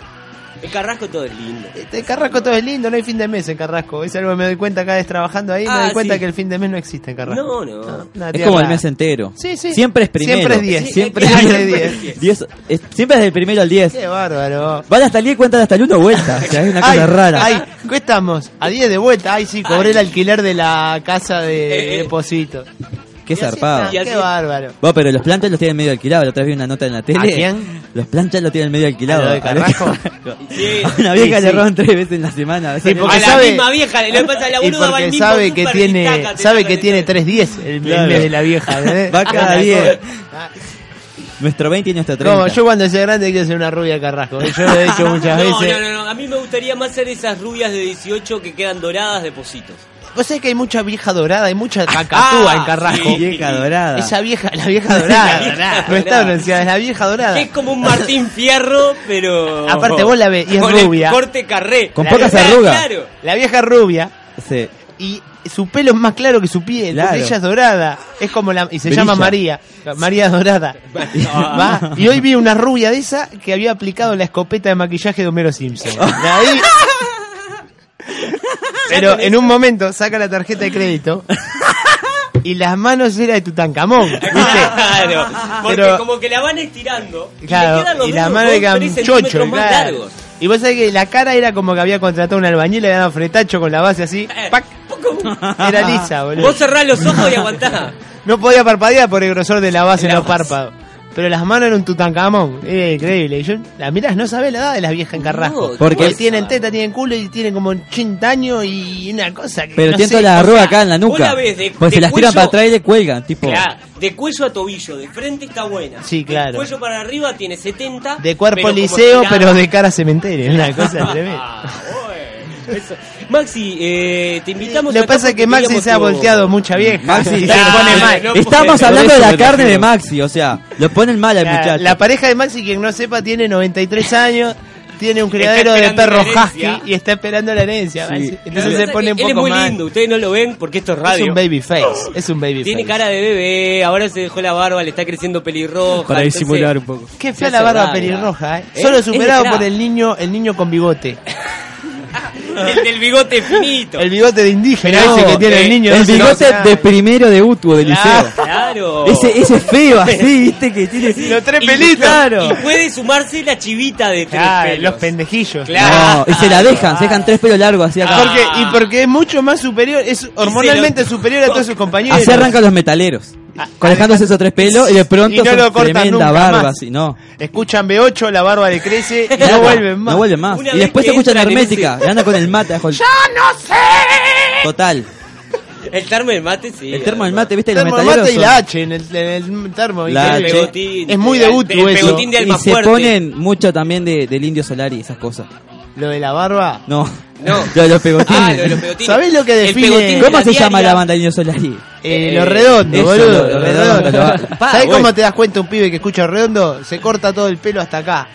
Speaker 5: El Carrasco todo es lindo.
Speaker 6: Este Carrasco todo es lindo, no hay fin de mes en Carrasco. Es algo que me doy cuenta cada vez trabajando ahí.
Speaker 5: Ah,
Speaker 6: me doy cuenta
Speaker 5: sí.
Speaker 6: que el fin de mes no existe en Carrasco. Ah,
Speaker 5: No, no.
Speaker 6: una
Speaker 7: Es
Speaker 6: tierra-
Speaker 7: como el mes entero.
Speaker 6: Sí, sí.
Speaker 7: Siempre es primero.
Speaker 6: Siempre es 10.
Speaker 5: Sí,
Speaker 7: Siempre
Speaker 5: claro,
Speaker 7: es
Speaker 5: siempre
Speaker 7: 10.
Speaker 5: es 10.
Speaker 7: siempre es del primero al 10.
Speaker 6: Qué bárbaro.
Speaker 7: Van hasta el 10 y cuentan hasta el 1 vuelta. O sea, es una cosa
Speaker 6: ay,
Speaker 7: rara.
Speaker 6: Ay, ¿qué estamos? A 10 de vuelta. Ay, sí, cobré
Speaker 5: Ay.
Speaker 6: el alquiler de la casa
Speaker 5: Eh,
Speaker 6: de,
Speaker 5: eh.
Speaker 6: de Posito.
Speaker 7: Qué
Speaker 6: Y así
Speaker 7: zarpado.
Speaker 6: está,
Speaker 5: Y así-
Speaker 6: Qué bárbaro.
Speaker 7: Vos, pero los planchas los tienen medio alquilados. La otra vez vi una nota en la tele.
Speaker 6: quién?
Speaker 7: Los planchas los tienen medio alquilados.
Speaker 6: ¿A lo de
Speaker 7: A lo de
Speaker 6: Carrasco?
Speaker 7: Carrasco.
Speaker 5: Sí.
Speaker 7: A una vieja
Speaker 6: Sí,
Speaker 7: le
Speaker 6: sí.
Speaker 7: roban tres veces en la semana.
Speaker 6: Sí, porque
Speaker 5: a la
Speaker 6: sabe-
Speaker 5: misma vieja le pasa a la
Speaker 6: Y
Speaker 5: boluda va al
Speaker 6: porque
Speaker 5: mismo
Speaker 6: sabe que
Speaker 5: súper y
Speaker 6: tiene,
Speaker 5: taca, te
Speaker 6: sabe
Speaker 5: saca
Speaker 6: que
Speaker 5: la
Speaker 6: tiene
Speaker 5: mitad.
Speaker 6: 310 el, el
Speaker 7: Claro.
Speaker 6: mes de la vieja, ¿eh?
Speaker 7: Va cada
Speaker 6: Una
Speaker 7: 10.
Speaker 6: cosa.
Speaker 7: Nuestro 20 y nuestro 30.
Speaker 6: Como yo cuando sea grande quiero ser una rubia carrasco. ¿eh? Yo lo he hecho muchas
Speaker 5: No,
Speaker 6: veces.
Speaker 5: no, no, no, a mí me gustaría más ser esas rubias de 18 que quedan doradas de positos.
Speaker 6: Vos sabés que hay mucha vieja dorada, hay mucha cacatúa
Speaker 5: Ah,
Speaker 6: en Carrasco.
Speaker 5: sí.
Speaker 7: Vieja dorada.
Speaker 6: Esa vieja, la vieja dorada. no está bronceada, es la vieja dorada.
Speaker 5: Que es como un Martín Fierro, pero...
Speaker 6: Aparte vos la ves, y es
Speaker 5: Con el
Speaker 6: rubia.
Speaker 5: corte carré.
Speaker 7: Con
Speaker 5: La
Speaker 7: pocas
Speaker 5: verdad,
Speaker 7: arrugas.
Speaker 5: Claro.
Speaker 6: La vieja rubia
Speaker 7: Sí.
Speaker 6: y su pelo es más claro que su piel,
Speaker 7: Claro.
Speaker 6: porque ella es dorada. Es como la y se
Speaker 7: Brilla.
Speaker 6: llama María, María Dorada. Va, Y hoy vi una rubia de esa que había aplicado la escopeta de maquillaje de Homero Simpson. De ahí- Pero en un momento saca la tarjeta de crédito y las manos era de Tutankamón, ¿viste?
Speaker 5: Claro, porque
Speaker 6: Pero-
Speaker 5: como que la van estirando.
Speaker 6: Claro,
Speaker 5: le quedan los
Speaker 6: y
Speaker 5: dedos
Speaker 6: la mano
Speaker 5: dos,
Speaker 6: le quedan
Speaker 5: tres centímetros
Speaker 6: chocho,
Speaker 5: más
Speaker 6: claro.
Speaker 5: largos.
Speaker 6: Y vos sabés que la cara era como que había contratado a un albañil, le había dado fretacho con la base así,
Speaker 5: Eh,
Speaker 6: ¡pac!
Speaker 5: poco-
Speaker 6: Era lisa, boludo.
Speaker 5: Vos cerrás los ojos y aguantás.
Speaker 6: No podía parpadear por el grosor de la base en
Speaker 5: La
Speaker 6: los
Speaker 5: base.
Speaker 6: párpados. Pero las manos eran un tutankamón, era increíble. Y yo, las mirás, no sabés la edad de las viejas en Carrasco.
Speaker 5: No,
Speaker 7: Porque-
Speaker 6: Porque tienen teta, tienen culo y tienen como 80 años y una cosa que
Speaker 7: Pero
Speaker 6: no
Speaker 7: tienen
Speaker 6: sé,
Speaker 7: toda la
Speaker 6: o sea,
Speaker 7: arruga acá en la
Speaker 5: vos
Speaker 7: nuca.
Speaker 5: la ves de-
Speaker 7: pues
Speaker 5: de
Speaker 7: se las tiran
Speaker 5: cuello-
Speaker 7: para atrás y le cuelgan, tipo.
Speaker 5: Claro, de cuello a tobillo, de frente está buena.
Speaker 6: Sí,
Speaker 5: De
Speaker 6: claro.
Speaker 5: cuello para arriba tiene 70.
Speaker 6: De cuerpo
Speaker 5: pero como
Speaker 6: liceo,
Speaker 5: estirada.
Speaker 6: pero de cara cementerio, una cosa tremenda.
Speaker 5: Ah, bueno, eso. Maxi, eh, te invitamos
Speaker 6: Lo
Speaker 5: acá
Speaker 6: que pasa es
Speaker 5: porque
Speaker 6: que Maxi
Speaker 5: queríamos
Speaker 6: se ha
Speaker 5: tu-
Speaker 6: volteado mucha vieja.
Speaker 7: Maxi,
Speaker 6: y se
Speaker 5: Claro,
Speaker 6: pone mal.
Speaker 5: no
Speaker 7: Estamos
Speaker 5: puede-
Speaker 7: hablando de
Speaker 5: Por
Speaker 7: la
Speaker 5: eso
Speaker 7: carne
Speaker 5: me
Speaker 7: de
Speaker 5: imagino.
Speaker 7: Maxi, o sea, lo ponen mal al
Speaker 6: La-
Speaker 7: muchacho.
Speaker 6: La pareja de Maxi, quien no sepa, tiene 93 años, tiene un criadero de
Speaker 5: esperando
Speaker 6: perros
Speaker 5: la herencia.
Speaker 6: husky y está esperando la herencia. Maxi.
Speaker 5: Lo que
Speaker 6: Entonces
Speaker 5: pasa
Speaker 6: se pone
Speaker 5: es
Speaker 6: un
Speaker 5: que él
Speaker 6: poco
Speaker 5: es muy
Speaker 6: mal.
Speaker 5: lindo, ustedes no lo ven porque esto es
Speaker 6: Es
Speaker 5: radio.
Speaker 6: un baby face, es un baby
Speaker 5: Tiene
Speaker 6: face.
Speaker 5: cara de bebé, ahora se dejó la barba, le está creciendo pelirroja.
Speaker 8: Para
Speaker 5: entonces-
Speaker 8: disimular un poco.
Speaker 6: Qué
Speaker 5: Se
Speaker 6: fea
Speaker 5: hace
Speaker 6: la barba
Speaker 5: rara.
Speaker 6: pelirroja, ¿eh?
Speaker 5: ¿Eh?
Speaker 6: Solo
Speaker 5: Es de
Speaker 6: superado
Speaker 5: crack.
Speaker 6: por el niño, el niño con bigote.
Speaker 5: El del bigote finito.
Speaker 6: El bigote de indígena
Speaker 5: Pero
Speaker 6: ese
Speaker 5: no,
Speaker 6: que tiene
Speaker 5: eh,
Speaker 6: el niño.
Speaker 7: el
Speaker 6: no se lo
Speaker 7: bigote
Speaker 6: hace
Speaker 7: de
Speaker 6: nadie.
Speaker 7: primero de Utu, de liceo.
Speaker 5: Claro.
Speaker 7: Ese, ese feo así, viste, que tiene.
Speaker 6: Los tres
Speaker 5: Y-
Speaker 6: pelitos.
Speaker 5: Y puede sumarse la chivita de tres
Speaker 6: Claro,
Speaker 5: pelos.
Speaker 6: los pendejillos.
Speaker 5: Claro.
Speaker 7: No, y se la dejan, se dejan tres pelos largos así acá.
Speaker 6: Porque, y porque es mucho más superior, es hormonalmente superior a todos sus compañeros.
Speaker 7: Así arrancan los metaleros.
Speaker 6: Ah,
Speaker 7: Conejándose esos tres pelos y de pronto
Speaker 6: Y no
Speaker 7: son
Speaker 6: lo cortan
Speaker 7: tremenda
Speaker 6: nunca
Speaker 7: barba
Speaker 6: más.
Speaker 7: así, no.
Speaker 6: Escuchan B8, la barba le crece y
Speaker 7: Nada,
Speaker 6: no vuelven más.
Speaker 7: No vuelven más.
Speaker 5: Una
Speaker 7: y
Speaker 5: vez
Speaker 7: después
Speaker 5: que
Speaker 7: se escuchan
Speaker 5: entran en
Speaker 7: hermética. Y anda con el mate. ¡Ya no sé! Total.
Speaker 5: El termo del mate, sí.
Speaker 7: El termo del
Speaker 5: ¿no?
Speaker 7: mate, viste, los
Speaker 6: termo
Speaker 7: metaleros.
Speaker 6: mate y
Speaker 7: son-
Speaker 6: la H en el, en el termo.
Speaker 7: La
Speaker 6: increíble.
Speaker 5: El
Speaker 7: H.
Speaker 5: pegotín.
Speaker 6: Es muy de
Speaker 5: El-
Speaker 6: Utu
Speaker 5: el
Speaker 6: eso.
Speaker 5: pegotín de alma
Speaker 7: y se
Speaker 5: fuerte.
Speaker 7: ponen mucho también de, del indio Solari, esas cosas.
Speaker 6: Lo de la barba.
Speaker 7: No.
Speaker 5: No.
Speaker 7: Lo de los pegotines.
Speaker 5: Ah, lo de los pegotines.
Speaker 6: ¿Sabés lo que
Speaker 5: El
Speaker 6: define-
Speaker 5: pegotín de
Speaker 7: ¿Cómo
Speaker 5: la
Speaker 7: se llama
Speaker 5: diaria?
Speaker 7: la banda del indio Solari?
Speaker 6: Eh,
Speaker 5: Eh,
Speaker 6: lo redondo,
Speaker 7: eso,
Speaker 6: boludo.
Speaker 7: lo
Speaker 6: Lo
Speaker 7: redondo,
Speaker 6: redondo.
Speaker 7: lo-
Speaker 5: Pa,
Speaker 6: ¿Sabés
Speaker 5: bueno.
Speaker 6: cómo te das cuenta un pibe que escucha redondo? Se corta todo el pelo hasta acá.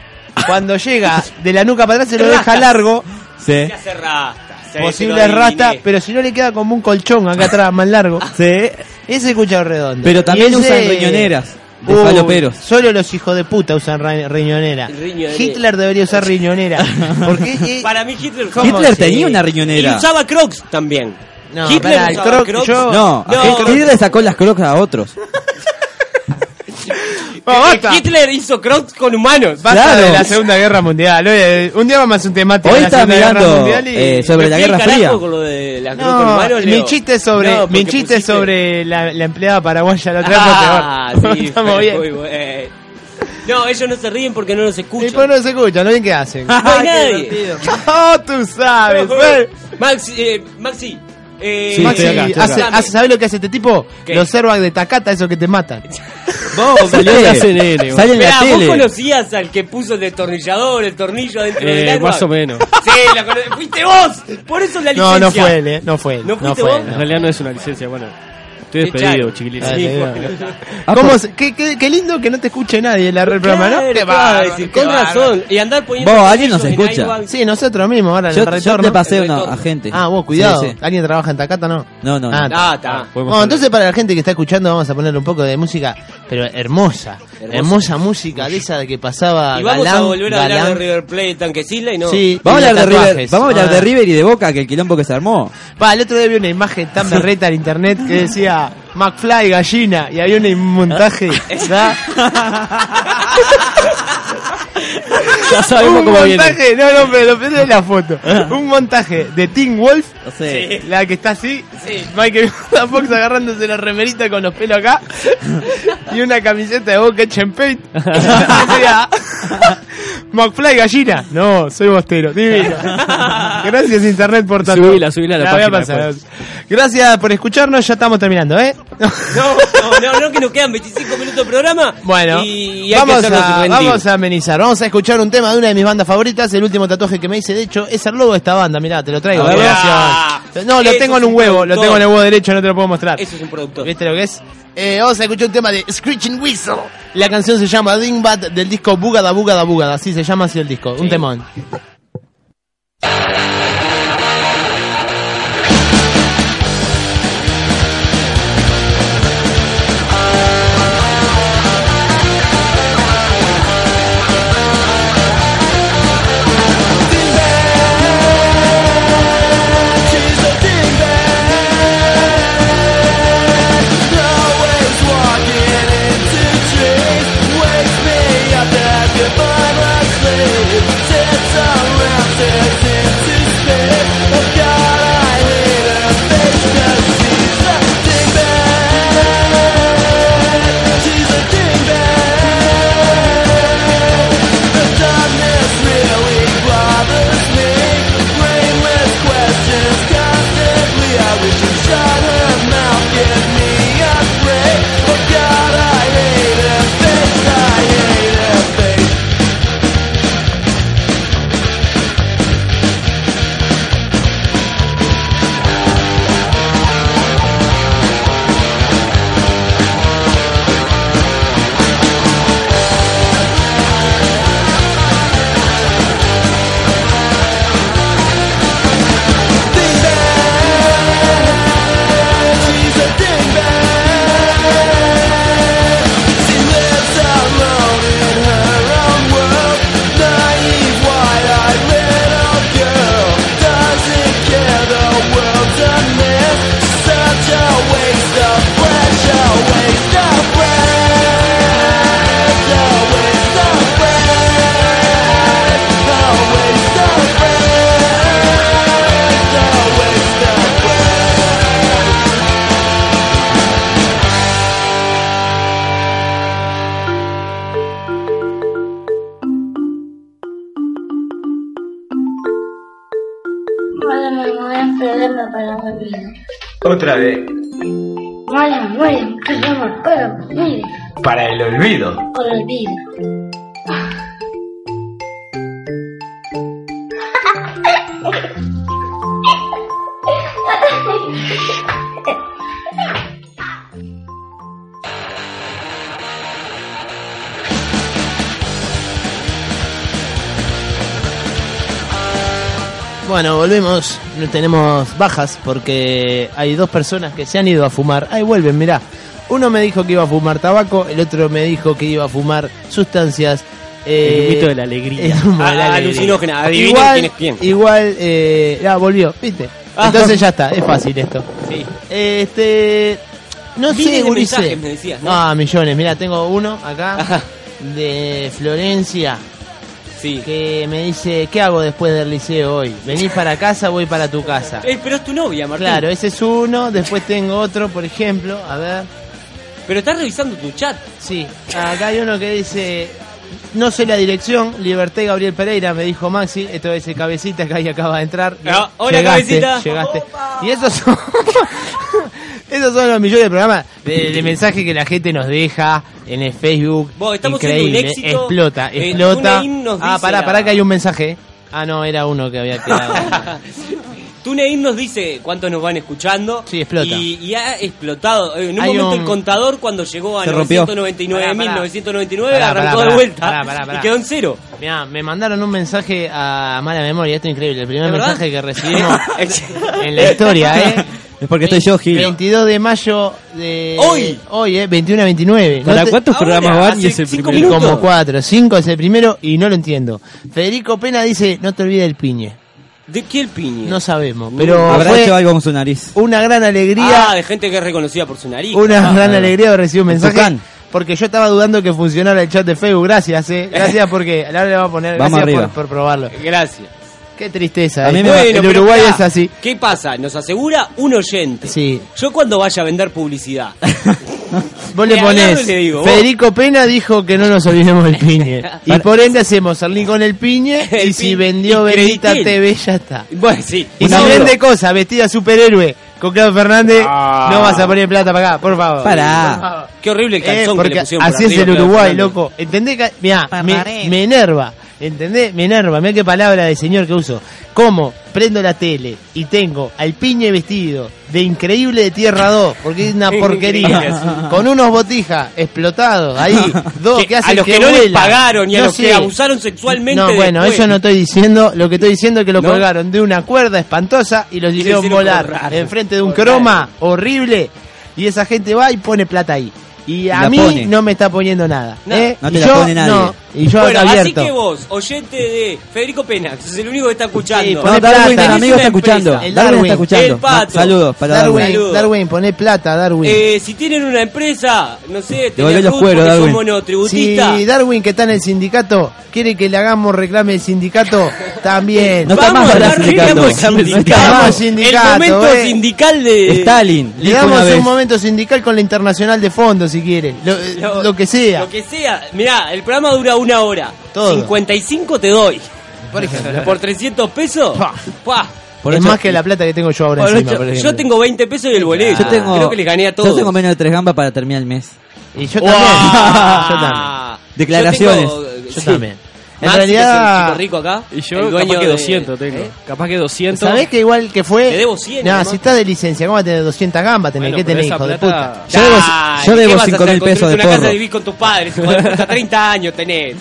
Speaker 6: Cuando llega de la nuca para atrás se lo deja largo,
Speaker 7: Sí.
Speaker 5: Se hace rasta. se-
Speaker 6: posible
Speaker 5: se lo
Speaker 6: rasta,
Speaker 5: adiviné.
Speaker 6: pero si no le queda como un colchón acá atrás más largo.
Speaker 7: Sí.
Speaker 6: Ese escucha redondo.
Speaker 7: Pero también
Speaker 6: Y ese-
Speaker 7: usan riñoneras de
Speaker 6: Uy,
Speaker 7: faloperos.
Speaker 6: Solo los hijos de puta usan ra- riñonera.
Speaker 5: Riñonera.
Speaker 6: Hitler debería usar riñonera. Porque eh,
Speaker 5: Para mí Hitler...
Speaker 6: ¿Cómo?
Speaker 7: Hitler
Speaker 6: Sí.
Speaker 7: tenía una
Speaker 5: Y
Speaker 7: riñonera.
Speaker 5: usaba crocs también.
Speaker 6: No,
Speaker 5: Hitler
Speaker 6: pará, el
Speaker 5: usaba
Speaker 6: croc-
Speaker 5: crocs.
Speaker 6: yo-
Speaker 7: No,
Speaker 5: No,
Speaker 7: a Hitler le sacó las crocas a otros.
Speaker 6: Bueno, Oh, basta.
Speaker 5: Hitler hizo crocs con humanos.
Speaker 6: Basta
Speaker 7: Claro.
Speaker 6: de la Segunda Guerra Mundial. Oye, un día vamos a hacer un temático
Speaker 7: Hoy
Speaker 6: de la
Speaker 7: estaba
Speaker 6: Segunda Guerra
Speaker 7: mirando
Speaker 6: Mundial y...
Speaker 7: eh, sobre la
Speaker 5: Me fui
Speaker 7: Guerra
Speaker 5: al carajo
Speaker 7: Fría.
Speaker 5: con lo de las crocs con
Speaker 6: No,
Speaker 5: humanos,
Speaker 6: mi
Speaker 5: Leo.
Speaker 6: chiste es sobre,
Speaker 5: No,
Speaker 6: mi
Speaker 5: porque
Speaker 6: chiste es
Speaker 5: pusiste-
Speaker 6: sobre la, la empleada paraguaya la otra vez
Speaker 5: Ah,
Speaker 6: fue peor.
Speaker 5: sí,
Speaker 6: Estamos
Speaker 5: fue
Speaker 6: bien.
Speaker 5: muy bueno. No, ellos no se ríen porque no nos escuchan.
Speaker 6: Y pues no se escucha, no ven qué hacen.
Speaker 5: No hay nadie.
Speaker 6: No, tú sabes, güey.
Speaker 5: Maxi, eh, Maxi. Eh,
Speaker 8: Sí,
Speaker 6: Maxi,
Speaker 8: estoy acá, estoy acá.
Speaker 6: hace- hace- ¿sabes lo que hace este tipo?
Speaker 5: ¿Qué?
Speaker 6: Los airbags de Takata, esos que te matan.
Speaker 8: Vos, salió en la CNN. vos.
Speaker 7: Sale en la
Speaker 5: Esperá, ¿vos
Speaker 7: tele.
Speaker 5: conocías al que puso el destornillador, el tornillo adentro del
Speaker 8: Eh,
Speaker 5: agua?
Speaker 8: más o menos.
Speaker 5: Sí, la cono- fuiste vos. Por eso la licencia.
Speaker 6: No, no fue él, eh. No fue él.
Speaker 5: ¿No fuiste
Speaker 6: fue
Speaker 5: vos?
Speaker 6: él,
Speaker 8: En realidad no es una licencia, bueno. Estoy
Speaker 5: Te
Speaker 8: despedido,
Speaker 5: echaron.
Speaker 8: chiquilín.
Speaker 5: Sí,
Speaker 6: Ah,
Speaker 5: bueno,
Speaker 6: sí,
Speaker 5: está.
Speaker 7: Ah,
Speaker 6: ¿Cómo
Speaker 7: por-
Speaker 6: se- qué, qué- qué lindo que no te escuche nadie la el programa, ¿no?
Speaker 5: Claro,
Speaker 6: Qué
Speaker 5: te
Speaker 6: bárbaro,
Speaker 5: iba a decir,
Speaker 6: qué
Speaker 5: con
Speaker 6: bárbaro.
Speaker 5: razón. Y andar poniendo.
Speaker 7: Vos, alguien nos
Speaker 5: tornillos en
Speaker 7: escucha.
Speaker 5: iWag.
Speaker 6: Sí, nosotros mismos ahora en
Speaker 7: Yo,
Speaker 6: el
Speaker 7: yo
Speaker 6: retorno.
Speaker 7: te pasé
Speaker 5: El
Speaker 7: una
Speaker 5: retorno.
Speaker 7: agente.
Speaker 6: Ah, vos, cuidado.
Speaker 7: Sí, sí.
Speaker 6: ¿Alguien trabaja en Takata no?
Speaker 7: No, no,
Speaker 6: Ah,
Speaker 7: no.
Speaker 5: Ah, está.
Speaker 8: Podemos
Speaker 6: Bueno,
Speaker 8: hablar.
Speaker 6: entonces para la gente que está escuchando vamos a ponerle un poco de música, pero hermosa, hermosa,
Speaker 5: Hermosa.
Speaker 6: música de esa que pasaba
Speaker 5: Y vamos a
Speaker 6: Galán,
Speaker 5: volver a hablar de
Speaker 6: Galán.
Speaker 5: River Plate, Tanquecila y no.
Speaker 6: Sí,
Speaker 7: Vamos a
Speaker 6: tenía
Speaker 7: hablar de River,
Speaker 6: tatuajes.
Speaker 7: vamos a hablar
Speaker 6: Ah.
Speaker 7: de River y de Boca, que el quilombo que se armó.
Speaker 6: Pa, el otro día vi una imagen tan berreta en internet que decía McFly gallina y había un montaje, ¿verdad?
Speaker 8: Ya sabemos
Speaker 6: un
Speaker 8: cómo viene.
Speaker 6: montaje, no, no, pero lo peor es la foto. Un montaje de Tim Wolf,
Speaker 7: No sé.
Speaker 6: la que está así,
Speaker 5: Sí.
Speaker 6: Michael Fox agarrándose la remerita con los pelos acá y una camiseta de Boca hecha en paint. Y decía, McFly gallina. No, soy bostero, divino. Gracias internet por tanto.
Speaker 8: Subila, subila a la
Speaker 6: voy a
Speaker 8: página
Speaker 6: pasar. Gracias por escucharnos, ya estamos terminando, ¿eh?
Speaker 5: No, no, no, no, que nos quedan 25 minutos de programa.
Speaker 6: Bueno,
Speaker 5: y hay
Speaker 6: vamos,
Speaker 5: que hacernos
Speaker 6: a,
Speaker 5: rendir.
Speaker 6: vamos a amenizar. Vamos a escuchar un tema de una de mis bandas favoritas. El último tatuaje que me hice, de hecho, es el logo de esta banda. Mirá, te lo traigo.
Speaker 5: A ver.
Speaker 6: Gracias.
Speaker 5: Ah,
Speaker 6: No, lo
Speaker 5: eso
Speaker 6: tengo
Speaker 5: es
Speaker 6: en un
Speaker 5: un
Speaker 6: huevo. Lo
Speaker 5: productor.
Speaker 6: tengo en el huevo derecho, no te lo puedo mostrar.
Speaker 5: Eso es un productor.
Speaker 6: ¿Viste lo que es? Eh, vamos a escuchar un tema de Screeching Whistle. La canción se llama Dingbat del disco Bugada Bugada Bugada. Así se llama así el disco. Un temón.
Speaker 9: Thank Vaya, me voy a perderme para dormir.
Speaker 10: Otra vez.
Speaker 9: Vaya, vaya, que yo me puedo dormir.
Speaker 10: Para el olvido.
Speaker 9: Por el día.
Speaker 6: Bueno, volvemos. No tenemos bajas porque hay dos personas que se han ido a fumar. Ahí vuelven, mirá. Uno me dijo que iba a fumar tabaco, el otro me dijo que iba a fumar sustancias. eh,
Speaker 8: El humito de la alegría.
Speaker 6: el humo de la
Speaker 5: Ah,
Speaker 6: alegría.
Speaker 5: alucinógena. Adivinen
Speaker 6: Igual,
Speaker 5: quién es quién. Ah.
Speaker 6: Igual, eh, ya volvió, ¿viste? Entonces ya está, es fácil esto.
Speaker 5: Sí.
Speaker 6: Este. No
Speaker 5: Miles
Speaker 6: sé,
Speaker 5: de
Speaker 6: Ulises.
Speaker 5: mensajes me decías, ¿no?
Speaker 6: Ah, millones. Mira, tengo uno acá
Speaker 5: Ajá.
Speaker 6: de Florencia
Speaker 5: Sí.
Speaker 6: que me dice, ¿qué hago después del liceo hoy? ¿Venís para casa voy para tu casa?
Speaker 5: Eh, pero es tu novia, Martín.
Speaker 6: Claro, ese es uno. Después tengo otro, por ejemplo. A ver.
Speaker 5: Pero estás revisando tu chat.
Speaker 6: Sí, acá hay uno que dice, no sé la dirección, Liberté Gabriel Pereira, me dijo Maxi, esto es el cabecita que ahí acaba de entrar.
Speaker 5: Ah, hola, Cabecita.
Speaker 6: Llegaste. Y esos son, esos son los millones de programas, de, de mensajes que la gente nos deja en el Facebook.
Speaker 5: Vos, estamos siendo
Speaker 6: Increíble,
Speaker 5: un éxito.
Speaker 6: Explota,
Speaker 5: Eh,
Speaker 6: explota.
Speaker 5: TuneIn nos
Speaker 6: ah,
Speaker 5: dice
Speaker 6: pará,
Speaker 5: la-
Speaker 6: pará que hay un mensaje. Ah, no, era uno que había quedado.
Speaker 5: TuneIn nos dice cuántos nos van escuchando.
Speaker 6: Sí, explota.
Speaker 5: Y, y ha explotado. Eh, En un
Speaker 6: Hay
Speaker 5: momento
Speaker 6: un-
Speaker 5: el contador, cuando llegó a
Speaker 7: Se rompió.
Speaker 5: 999.999,
Speaker 6: Pará, pará.
Speaker 5: arrancó
Speaker 6: Pará,
Speaker 5: de vuelta.
Speaker 6: pará, pará, pará.
Speaker 5: Y quedó en cero.
Speaker 6: Mirá, me mandaron un mensaje a mala memoria, esto es increíble, el primer
Speaker 5: ¿De verdad?
Speaker 6: mensaje que recibimos en la historia, ¿eh?
Speaker 7: Es porque estoy yo, Gil.
Speaker 6: 22 de mayo de...
Speaker 5: Hoy.
Speaker 6: Hoy, ¿eh? 21 a 29.
Speaker 8: ¿Para
Speaker 6: No te-
Speaker 8: cuántos
Speaker 5: Ahora,
Speaker 8: programas van y
Speaker 5: hace
Speaker 8: es el
Speaker 5: cinco
Speaker 8: primero?
Speaker 6: Y
Speaker 5: minutos.
Speaker 6: como 4, 5 es el primero y no lo entiendo. Federico Pena dice, no te olvides del piñe.
Speaker 5: ¿De qué el piñe?
Speaker 6: No sabemos, pero
Speaker 7: Habrá
Speaker 6: fue
Speaker 7: hecho algo con su nariz.
Speaker 6: una gran
Speaker 5: Ah,
Speaker 6: alegría,
Speaker 5: de gente que es reconocida por su nariz. Ah,
Speaker 6: una gran alegría de recibir un
Speaker 7: El
Speaker 6: mensaje.
Speaker 7: Tucán.
Speaker 6: Porque yo estaba dudando que funcionara el chat de Facebook. Gracias, eh. Gracias porque ahora le va a poner...
Speaker 7: Vamos
Speaker 6: gracias por,
Speaker 7: arriba.
Speaker 6: por probarlo.
Speaker 5: Gracias.
Speaker 6: Qué tristeza.
Speaker 7: A mí
Speaker 6: eh.
Speaker 7: me-
Speaker 6: el
Speaker 5: pero
Speaker 6: Uruguay
Speaker 5: mirá,
Speaker 6: es así.
Speaker 5: ¿Qué pasa? Nos asegura un oyente.
Speaker 6: Sí.
Speaker 5: Yo cuando vaya a vender publicidad.
Speaker 6: Vos
Speaker 5: Le
Speaker 6: le
Speaker 5: agarro
Speaker 6: ponés,
Speaker 5: y le digo, vos.
Speaker 6: Federico Pena dijo que no nos olvidemos del piñe. y
Speaker 7: Para-
Speaker 6: por ende hacemos Arlín con el piñe
Speaker 5: El
Speaker 6: y si
Speaker 5: piñe.
Speaker 6: vendió
Speaker 5: Y
Speaker 6: Bendita
Speaker 5: Creditil.
Speaker 6: TV ya está.
Speaker 5: bueno, sí.
Speaker 6: Y
Speaker 7: Un
Speaker 6: si
Speaker 7: euro.
Speaker 6: vende cosas, vestida superhéroe, con Claudio Fernández, no vas a poner plata para acá, por favor.
Speaker 7: Pará.
Speaker 5: Qué horrible el
Speaker 6: Eh,
Speaker 5: calzón que
Speaker 6: porque
Speaker 5: le
Speaker 6: así
Speaker 5: pusieron por
Speaker 6: es
Speaker 5: arriba,
Speaker 6: el
Speaker 5: Claudio
Speaker 6: Uruguay,
Speaker 5: Fernández.
Speaker 6: loco. ¿Entendés? que- Mirá, me, me enerva. ¿Entendés? Me enerva. Mirá qué palabra de señor que uso. ¿Cómo? Prendo la tele y tengo al piñe vestido de increíble de Tierra 2, porque es una
Speaker 5: Increíble,
Speaker 6: porquería,
Speaker 5: sí.
Speaker 6: con unos botijas explotados ahí, dos que,
Speaker 5: Que
Speaker 6: hacen
Speaker 5: a los que,
Speaker 6: que
Speaker 5: no les
Speaker 6: vuelan.
Speaker 5: pagaron y a
Speaker 6: No
Speaker 5: los que
Speaker 6: sé.
Speaker 5: abusaron sexualmente.
Speaker 6: No, bueno,
Speaker 5: después.
Speaker 6: eso no estoy diciendo. Lo que estoy diciendo es que lo
Speaker 5: ¿No?
Speaker 6: colgaron de una cuerda espantosa y los hicieron
Speaker 5: hicieron
Speaker 6: volar
Speaker 5: correr.
Speaker 6: enfrente de un
Speaker 5: Correr.
Speaker 6: croma horrible. Y esa gente va y pone plata ahí. Y a
Speaker 7: La
Speaker 6: mí
Speaker 7: pone.
Speaker 6: no me está pponiendo nada.
Speaker 5: No.
Speaker 6: ¿eh?
Speaker 7: No
Speaker 6: Y
Speaker 7: te la
Speaker 6: yo
Speaker 7: pone nadie.
Speaker 6: no. Y yo
Speaker 5: Bueno, así
Speaker 6: abierto.
Speaker 5: que vos, oyente de Federico Pena, que es el único que está
Speaker 6: Sí,
Speaker 5: escuchando.
Speaker 6: poné
Speaker 7: No, Darwin,
Speaker 6: plata.
Speaker 7: el amigo está
Speaker 5: Tenés una
Speaker 7: escuchando.
Speaker 5: empresa.
Speaker 6: El
Speaker 7: Darwin está
Speaker 6: Darwin.
Speaker 7: escuchando.
Speaker 5: El pato.
Speaker 7: Ma- Saludos para
Speaker 6: Darwin,
Speaker 7: Darwin.
Speaker 5: Saludo.
Speaker 6: Darwin, poné plata, Darwin.
Speaker 5: Eh, si tienen una empresa, no sé,
Speaker 7: Devolvé
Speaker 5: tenés
Speaker 7: los
Speaker 5: Ruth
Speaker 7: cueros,
Speaker 5: porque sos
Speaker 7: Darwin.
Speaker 5: monotributista.
Speaker 6: Si Darwin, que está en el sindicato, quiere que le hagamos reclame el sindicato, también.
Speaker 7: No está más
Speaker 5: Vamos a
Speaker 7: en el
Speaker 5: dar
Speaker 7: sindicato.
Speaker 5: reclamo
Speaker 7: No
Speaker 5: sindical.
Speaker 7: está
Speaker 6: Vamos,
Speaker 7: más.
Speaker 5: El
Speaker 6: sindicato,
Speaker 5: momento
Speaker 6: eh.
Speaker 5: sindical de.
Speaker 7: Stalin.
Speaker 6: Le
Speaker 7: dijo una
Speaker 6: damos
Speaker 7: vez.
Speaker 6: un momento sindical con la internacional de fondo, si quieren. Lo, eh, lo que sea.
Speaker 5: Lo que sea. Mirá, el programa dura una hora.
Speaker 6: Todo.
Speaker 5: 55 te doy.
Speaker 6: Por ejemplo.
Speaker 5: Por 300 pesos.
Speaker 6: Pa.
Speaker 5: pa.
Speaker 7: Por
Speaker 6: es
Speaker 7: ocho-
Speaker 6: más que la plata que tengo yo ahora
Speaker 7: Por
Speaker 6: encima,
Speaker 7: ocho-
Speaker 6: por ejemplo.
Speaker 5: Yo tengo 20 pesos y el boleto.
Speaker 7: Yo tengo,
Speaker 5: Creo que les gané a todos.
Speaker 7: Yo tengo menos de tres gambas para terminar el mes.
Speaker 6: Y yo
Speaker 5: ¡Guau!
Speaker 6: también. yo también.
Speaker 7: Declaraciones.
Speaker 5: Yo, tengo, eh,
Speaker 6: Yo
Speaker 5: sí.
Speaker 6: también. En
Speaker 5: Maxi, que es
Speaker 6: realidad-
Speaker 5: el chico rico acá.
Speaker 8: Y
Speaker 5: el
Speaker 8: yo
Speaker 5: dueño
Speaker 8: capaz que
Speaker 5: de-
Speaker 8: 200 tengo.
Speaker 5: ¿Eh?
Speaker 8: Capaz que 200.
Speaker 6: ¿Sabés que igual que fue?
Speaker 5: Te debo 100,
Speaker 6: Nah,
Speaker 5: además.
Speaker 6: si estás de licencia, ¿cómo vas a tener 200 gambas? Tenés
Speaker 8: Bueno,
Speaker 6: que
Speaker 8: pero
Speaker 6: tener,
Speaker 8: esa
Speaker 6: hijo de
Speaker 8: plata-
Speaker 6: puta.
Speaker 7: Yo debo- yo debo 5.000 pesos de
Speaker 5: porro. una casa
Speaker 7: porro.
Speaker 5: de vivir con tus padres. cuando- Hasta 30 años tenés.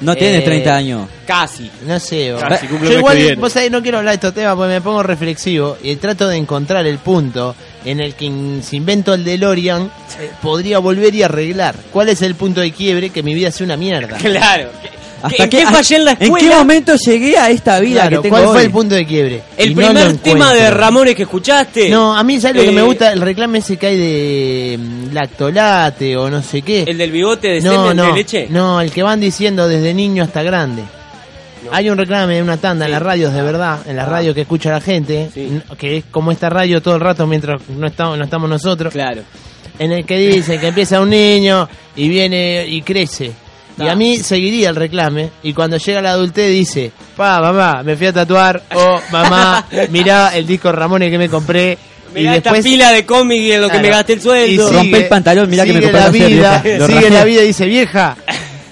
Speaker 7: No
Speaker 5: Eh,
Speaker 7: tienes 30 años.
Speaker 5: Casi.
Speaker 6: No sé, vos.
Speaker 8: Casi cumple
Speaker 6: Yo
Speaker 8: el mes que
Speaker 6: igual,
Speaker 8: viene.
Speaker 6: vos sabés, no quiero hablar de estos temas porque me pongo reflexivo y trato de encontrar el punto en el que in- si invento el DeLorean eh, podría volver y arreglar. ¿Cuál es el punto de quiebre que mi vida sea una mierda?
Speaker 5: Claro. ¿Qué-
Speaker 7: ¿Hasta
Speaker 5: ¿En qué fallé en la escuela?
Speaker 7: ¿En qué momento llegué a esta vida
Speaker 6: Claro,
Speaker 7: que tengo
Speaker 6: ¿Cuál
Speaker 7: hoy?
Speaker 6: fue el punto de quiebre?
Speaker 5: El
Speaker 6: Y no
Speaker 5: primer
Speaker 6: lo
Speaker 5: tema de
Speaker 6: encuentro.
Speaker 5: Ramones que escuchaste.
Speaker 6: No, a mí, ¿sabes lo que
Speaker 5: Eh,
Speaker 6: me gusta? El reclamo ese que hay de mm, lactolate o no sé qué.
Speaker 5: ¿El del bigote de
Speaker 6: no,
Speaker 5: semen
Speaker 6: no,
Speaker 5: de leche?
Speaker 6: No, el que van diciendo desde niño hasta grande. Hay un reclame en una tanda en las radios de verdad, en las radios que escucha la gente,
Speaker 5: Ah. Sí.
Speaker 6: n- que es como esta radio todo el rato mientras no estamos, no estamos nosotros,
Speaker 5: Claro.
Speaker 6: en el que dice que empieza un niño y viene y crece. Y
Speaker 5: Ah.
Speaker 6: a mí seguiría el reclame. Y cuando llega la adultez dice, pa, mamá, me fui a tatuar. O, mamá, mirá el disco Ramones que me compré.
Speaker 5: Mirá
Speaker 6: y
Speaker 5: esta
Speaker 6: después,
Speaker 5: pila de cómic y en lo que
Speaker 6: Claro.
Speaker 5: me gasté el sueldo.
Speaker 6: Y
Speaker 7: Rompe
Speaker 6: sigue-
Speaker 7: el pantalón, mirá que me
Speaker 6: sigue
Speaker 7: compré
Speaker 6: la
Speaker 7: ayer,
Speaker 6: vida,
Speaker 7: vieja. Lo
Speaker 6: Sigue
Speaker 7: rajé.
Speaker 6: la vida y dice, vieja,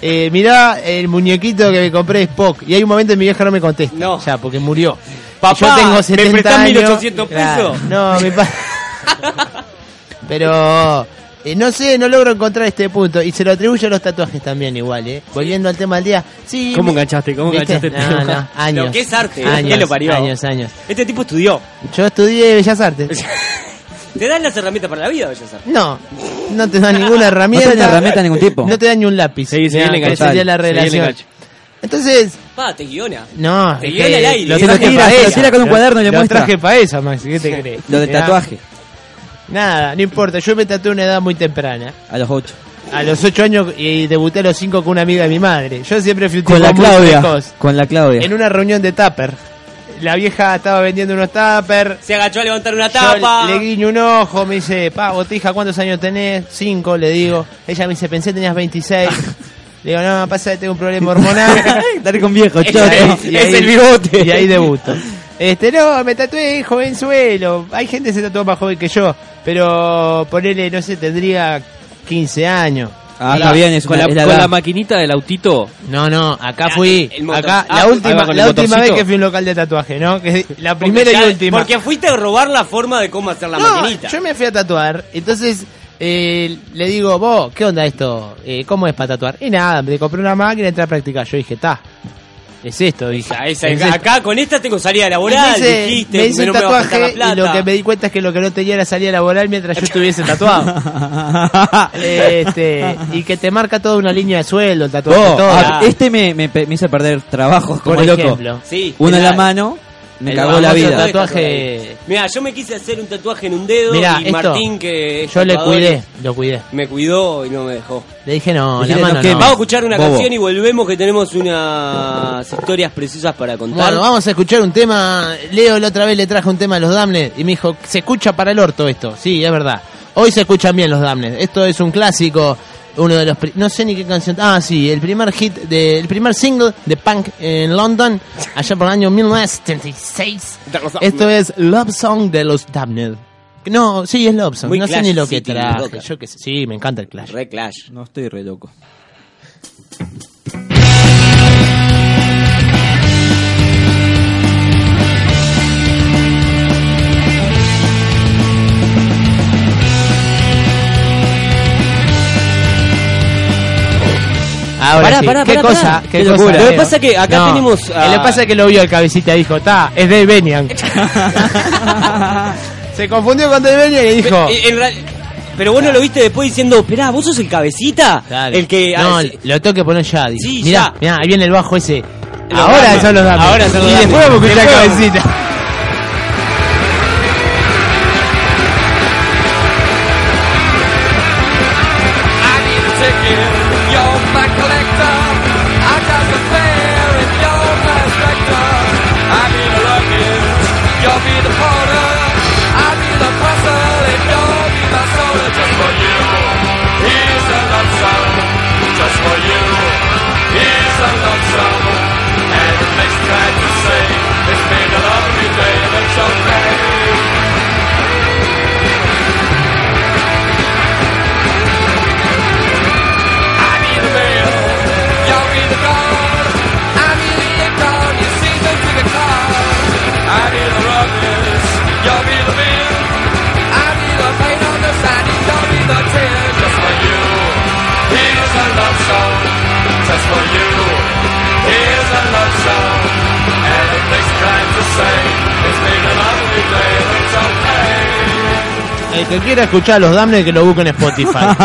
Speaker 6: eh, mirá el muñequito que me compré de Spock. Y hay un momento en mi vieja no me contesta.
Speaker 5: No.
Speaker 6: Ya, porque murió.
Speaker 5: Papá,
Speaker 6: Y yo tengo
Speaker 5: ¿me
Speaker 6: 70
Speaker 5: prestás
Speaker 6: años.
Speaker 5: 1800 pesos?
Speaker 6: Claro, No, mi pa- Pero... eh, no sé, no logro encontrar este punto. Y se lo atribuyo a los tatuajes también igual, ¿eh? Volviendo al tema del día. Sí,
Speaker 8: ¿Cómo
Speaker 6: mi-
Speaker 8: enganchaste? ¿Cómo
Speaker 6: ¿Viste?
Speaker 8: enganchaste? este
Speaker 6: No, no, años.
Speaker 5: Lo que es arte, ¿qué
Speaker 6: Años,
Speaker 5: lo parió?
Speaker 6: años, años.
Speaker 5: Este tipo estudió.
Speaker 6: Yo estudié Bellas Artes.
Speaker 5: Te dan las herramientas para la vida, Bellas Artes.
Speaker 6: No, no te dan ninguna
Speaker 7: No
Speaker 6: herramienta.
Speaker 7: tiene herramienta de ningún tipo.
Speaker 6: No te dan ni un lápiz.
Speaker 8: Sí, sí,
Speaker 6: Mirá,
Speaker 8: el enganche.
Speaker 6: esa sería la
Speaker 8: Sí, el
Speaker 6: relación.
Speaker 8: enganche.
Speaker 6: Entonces,
Speaker 5: Pa, te guiona.
Speaker 6: no.
Speaker 5: Te
Speaker 6: es
Speaker 5: guiona
Speaker 6: que
Speaker 5: el aire.
Speaker 6: Lo
Speaker 7: Se lo
Speaker 6: traje
Speaker 7: tira,
Speaker 6: pa'
Speaker 7: se lo
Speaker 6: ella.
Speaker 7: tira con un
Speaker 6: Lo-
Speaker 7: cuaderno y le
Speaker 6: lo
Speaker 7: muestra.
Speaker 6: traje para eso, Maxi, ¿qué te crees?
Speaker 7: Lo del
Speaker 6: Mirá,
Speaker 7: tatuaje,
Speaker 6: Nada, no importa. Yo me tatué a una edad muy temprana.
Speaker 7: a los ocho.
Speaker 6: A los 8 años y debuté a los 5 con una amiga de mi madre. Yo siempre fui un
Speaker 7: Con
Speaker 6: tipo
Speaker 7: la
Speaker 6: muy
Speaker 7: Claudia.
Speaker 6: precoz.
Speaker 7: Con la Claudia.
Speaker 6: En una reunión de Tupper. La vieja estaba vendiendo unos Tupper.
Speaker 5: Se agachó a levantar una
Speaker 6: Yo
Speaker 5: tapa.
Speaker 6: le guiño un ojo, me dice, pa, botija, ¿cuántos años tenés? Cinco, le digo. Ella me dice, pensé que tenías 26. le digo, no, pasa que tengo un problema hormonal.
Speaker 7: Estaré con viejo,
Speaker 5: Es-
Speaker 7: choto.
Speaker 5: es-
Speaker 6: Y
Speaker 5: es
Speaker 6: ahí-
Speaker 5: el bigote.
Speaker 6: Y ahí debuto. Este, no, me tatué jovenzuelo. Hay gente que se tatuó más joven que yo. Pero ponele, no sé, tendría 15 años.
Speaker 7: Ah, está bien, es
Speaker 8: con,
Speaker 7: una-
Speaker 8: la,
Speaker 7: es la
Speaker 8: con
Speaker 7: edad.
Speaker 8: la maquinita del autito.
Speaker 6: No, no, acá
Speaker 5: Ah,
Speaker 6: fui.
Speaker 5: el motor-
Speaker 6: acá,
Speaker 5: ah,
Speaker 6: la
Speaker 5: ahí
Speaker 6: última,
Speaker 8: va con el
Speaker 6: la última vez
Speaker 8: motorcito.
Speaker 6: que fui a un local de tatuaje, ¿no? Que es la
Speaker 5: Porque
Speaker 6: primera
Speaker 5: ya-
Speaker 6: y última.
Speaker 5: Porque fuiste a robar la forma de cómo hacer la
Speaker 6: No,
Speaker 5: maquinita.
Speaker 6: Yo me fui a tatuar, entonces eh, le digo, vos, ¿qué onda esto? Eh, ¿Cómo es para tatuar? Y nada, me compré una máquina y entré a practicar. Yo dije, ta, es esto, dije.
Speaker 5: Ah, esa-
Speaker 6: es
Speaker 5: acá,
Speaker 6: esto.
Speaker 5: con esta tengo salida
Speaker 6: Me
Speaker 5: laboral,
Speaker 6: hice-
Speaker 5: dijiste,
Speaker 6: me hice
Speaker 5: no
Speaker 6: un
Speaker 5: me va a faltar
Speaker 6: tatuaje
Speaker 5: la
Speaker 6: y lo
Speaker 5: plata.
Speaker 6: que me di cuenta es que lo que no tenía era salida laboral mientras yo estuviese tatuado. este, y que te marca toda una línea de sueldo el tatuaje.
Speaker 7: Vos,
Speaker 6: todo.
Speaker 7: ah, este me, me, pe- me hizo perder trabajos como
Speaker 6: Por
Speaker 7: loco.
Speaker 6: ejemplo.
Speaker 5: Sí,
Speaker 7: Uno en la
Speaker 5: claro.
Speaker 7: mano, me
Speaker 6: El
Speaker 7: cagó la
Speaker 6: famoso
Speaker 7: vida.
Speaker 6: tatuaje-
Speaker 5: Mira, yo me quise hacer un tatuaje en un dedo
Speaker 6: Mirá,
Speaker 5: eh, y
Speaker 6: esto,
Speaker 5: Martín que es
Speaker 6: yo le
Speaker 5: tatuador,
Speaker 6: cuidé, lo cuidé.
Speaker 5: me cuidó y no me dejó.
Speaker 6: Le dije, no,
Speaker 7: Dijiste,
Speaker 6: la
Speaker 7: no
Speaker 6: mano no.
Speaker 7: quemes.
Speaker 5: Vamos a escuchar una
Speaker 7: Bobo.
Speaker 5: canción y volvemos que tenemos unas historias preciosas para contar.
Speaker 6: Bueno, vamos a escuchar un tema. Leo la otra vez le trajo un tema a los Damnes y me dijo, se escucha para el orto esto. Sí, es verdad. Hoy se escuchan bien los Damnes. Esto es un clásico, uno de los... pri- No sé ni qué canción... Ah, sí, el primer hit, de, el primer single de Punk en London, allá por el año 1976. Esto es Love Song de los Damned. No, sí, es Love Song.
Speaker 5: Muy
Speaker 6: no sé
Speaker 5: Clash
Speaker 6: ni lo que
Speaker 5: City,
Speaker 6: traje.
Speaker 5: loca.
Speaker 6: Yo qué sé. Sí, me encanta el Clash.
Speaker 5: Re Clash.
Speaker 7: No estoy re loco.
Speaker 6: Ahora
Speaker 5: Pará,
Speaker 6: sí.
Speaker 5: pará,
Speaker 6: qué
Speaker 5: pará,
Speaker 6: cosa,
Speaker 5: pará.
Speaker 6: qué,
Speaker 5: Qué
Speaker 6: cosa.
Speaker 5: locura. Lo que
Speaker 6: Leo.
Speaker 5: pasa que acá tenemos a-
Speaker 6: Lo que pasa es que lo vio el cabecita y dijo, ta, es de Benian. Se confundió con de Benian y dijo...
Speaker 5: Eh, en real- Pero vos no lo viste después diciendo, esperá, vos sos el cabecita,
Speaker 6: Claro.
Speaker 5: el que...
Speaker 6: No,
Speaker 5: ah, sí.
Speaker 6: lo tengo que poner ya. Dijo.
Speaker 5: Sí,
Speaker 6: mirá,
Speaker 5: ya.
Speaker 6: mirá, ahí viene el bajo ese.
Speaker 5: Los
Speaker 6: ahora
Speaker 5: Damned.
Speaker 6: son los datos.
Speaker 5: Ahora son los
Speaker 6: Y
Speaker 5: Damned.
Speaker 6: después vamos a escuchar
Speaker 5: Después vamos.
Speaker 6: cabecita. El que quiera escuchar a los Damned que lo busque en Spotify. Así.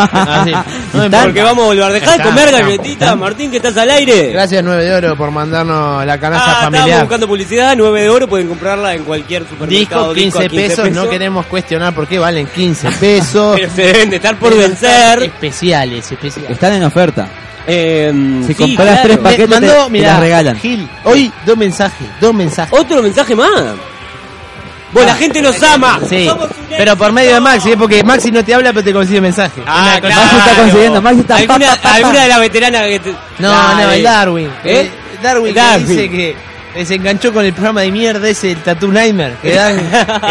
Speaker 6: No me importa.
Speaker 5: Porque vamos a volver. Dejá de
Speaker 6: Está,
Speaker 5: comer
Speaker 6: está.
Speaker 5: galletita, Martín, que estás al aire.
Speaker 6: Gracias 9 de Oro por mandarnos la canasta
Speaker 5: Ah, estábamos
Speaker 6: familiar.
Speaker 5: buscando publicidad, 9 de oro, pueden comprarla en cualquier supermercado.
Speaker 6: Disco 15,
Speaker 5: a
Speaker 6: pesos, no queremos cuestionar por qué valen 15 pesos.
Speaker 5: Pero se deben de estar por
Speaker 6: Pero están
Speaker 5: vencer.
Speaker 6: Especiales, especiales.
Speaker 7: Están en oferta.
Speaker 5: Eh,
Speaker 7: Si
Speaker 5: sí,
Speaker 7: compras
Speaker 5: claro.
Speaker 7: tres pa-
Speaker 6: Me
Speaker 7: paquetes
Speaker 6: mandó,
Speaker 7: te-
Speaker 6: mirá,
Speaker 7: te las regalan.
Speaker 6: Gil, hoy dos mensajes, dos mensajes.
Speaker 5: Otro mensaje más. Vos, la gente nos ama.
Speaker 6: Sí,
Speaker 5: Somos un
Speaker 6: pero por medio de Maxi, ¿eh? porque Maxi no te habla, pero te consigue mensaje.
Speaker 5: Ah,
Speaker 6: Una cosa-
Speaker 5: claro.
Speaker 7: Maxi está consiguiendo, Maxi está-
Speaker 5: ¿Alguna,
Speaker 7: pa, pa, pa.
Speaker 5: alguna de las veteranas que te...
Speaker 6: No,
Speaker 5: Dale.
Speaker 6: no, el Darwin.
Speaker 5: ¿Eh?
Speaker 6: Eh, Darwin, que
Speaker 5: Darwin.
Speaker 6: dice que eh, se enganchó con el programa de mierda ese, el Tattoo Nightmare, que dan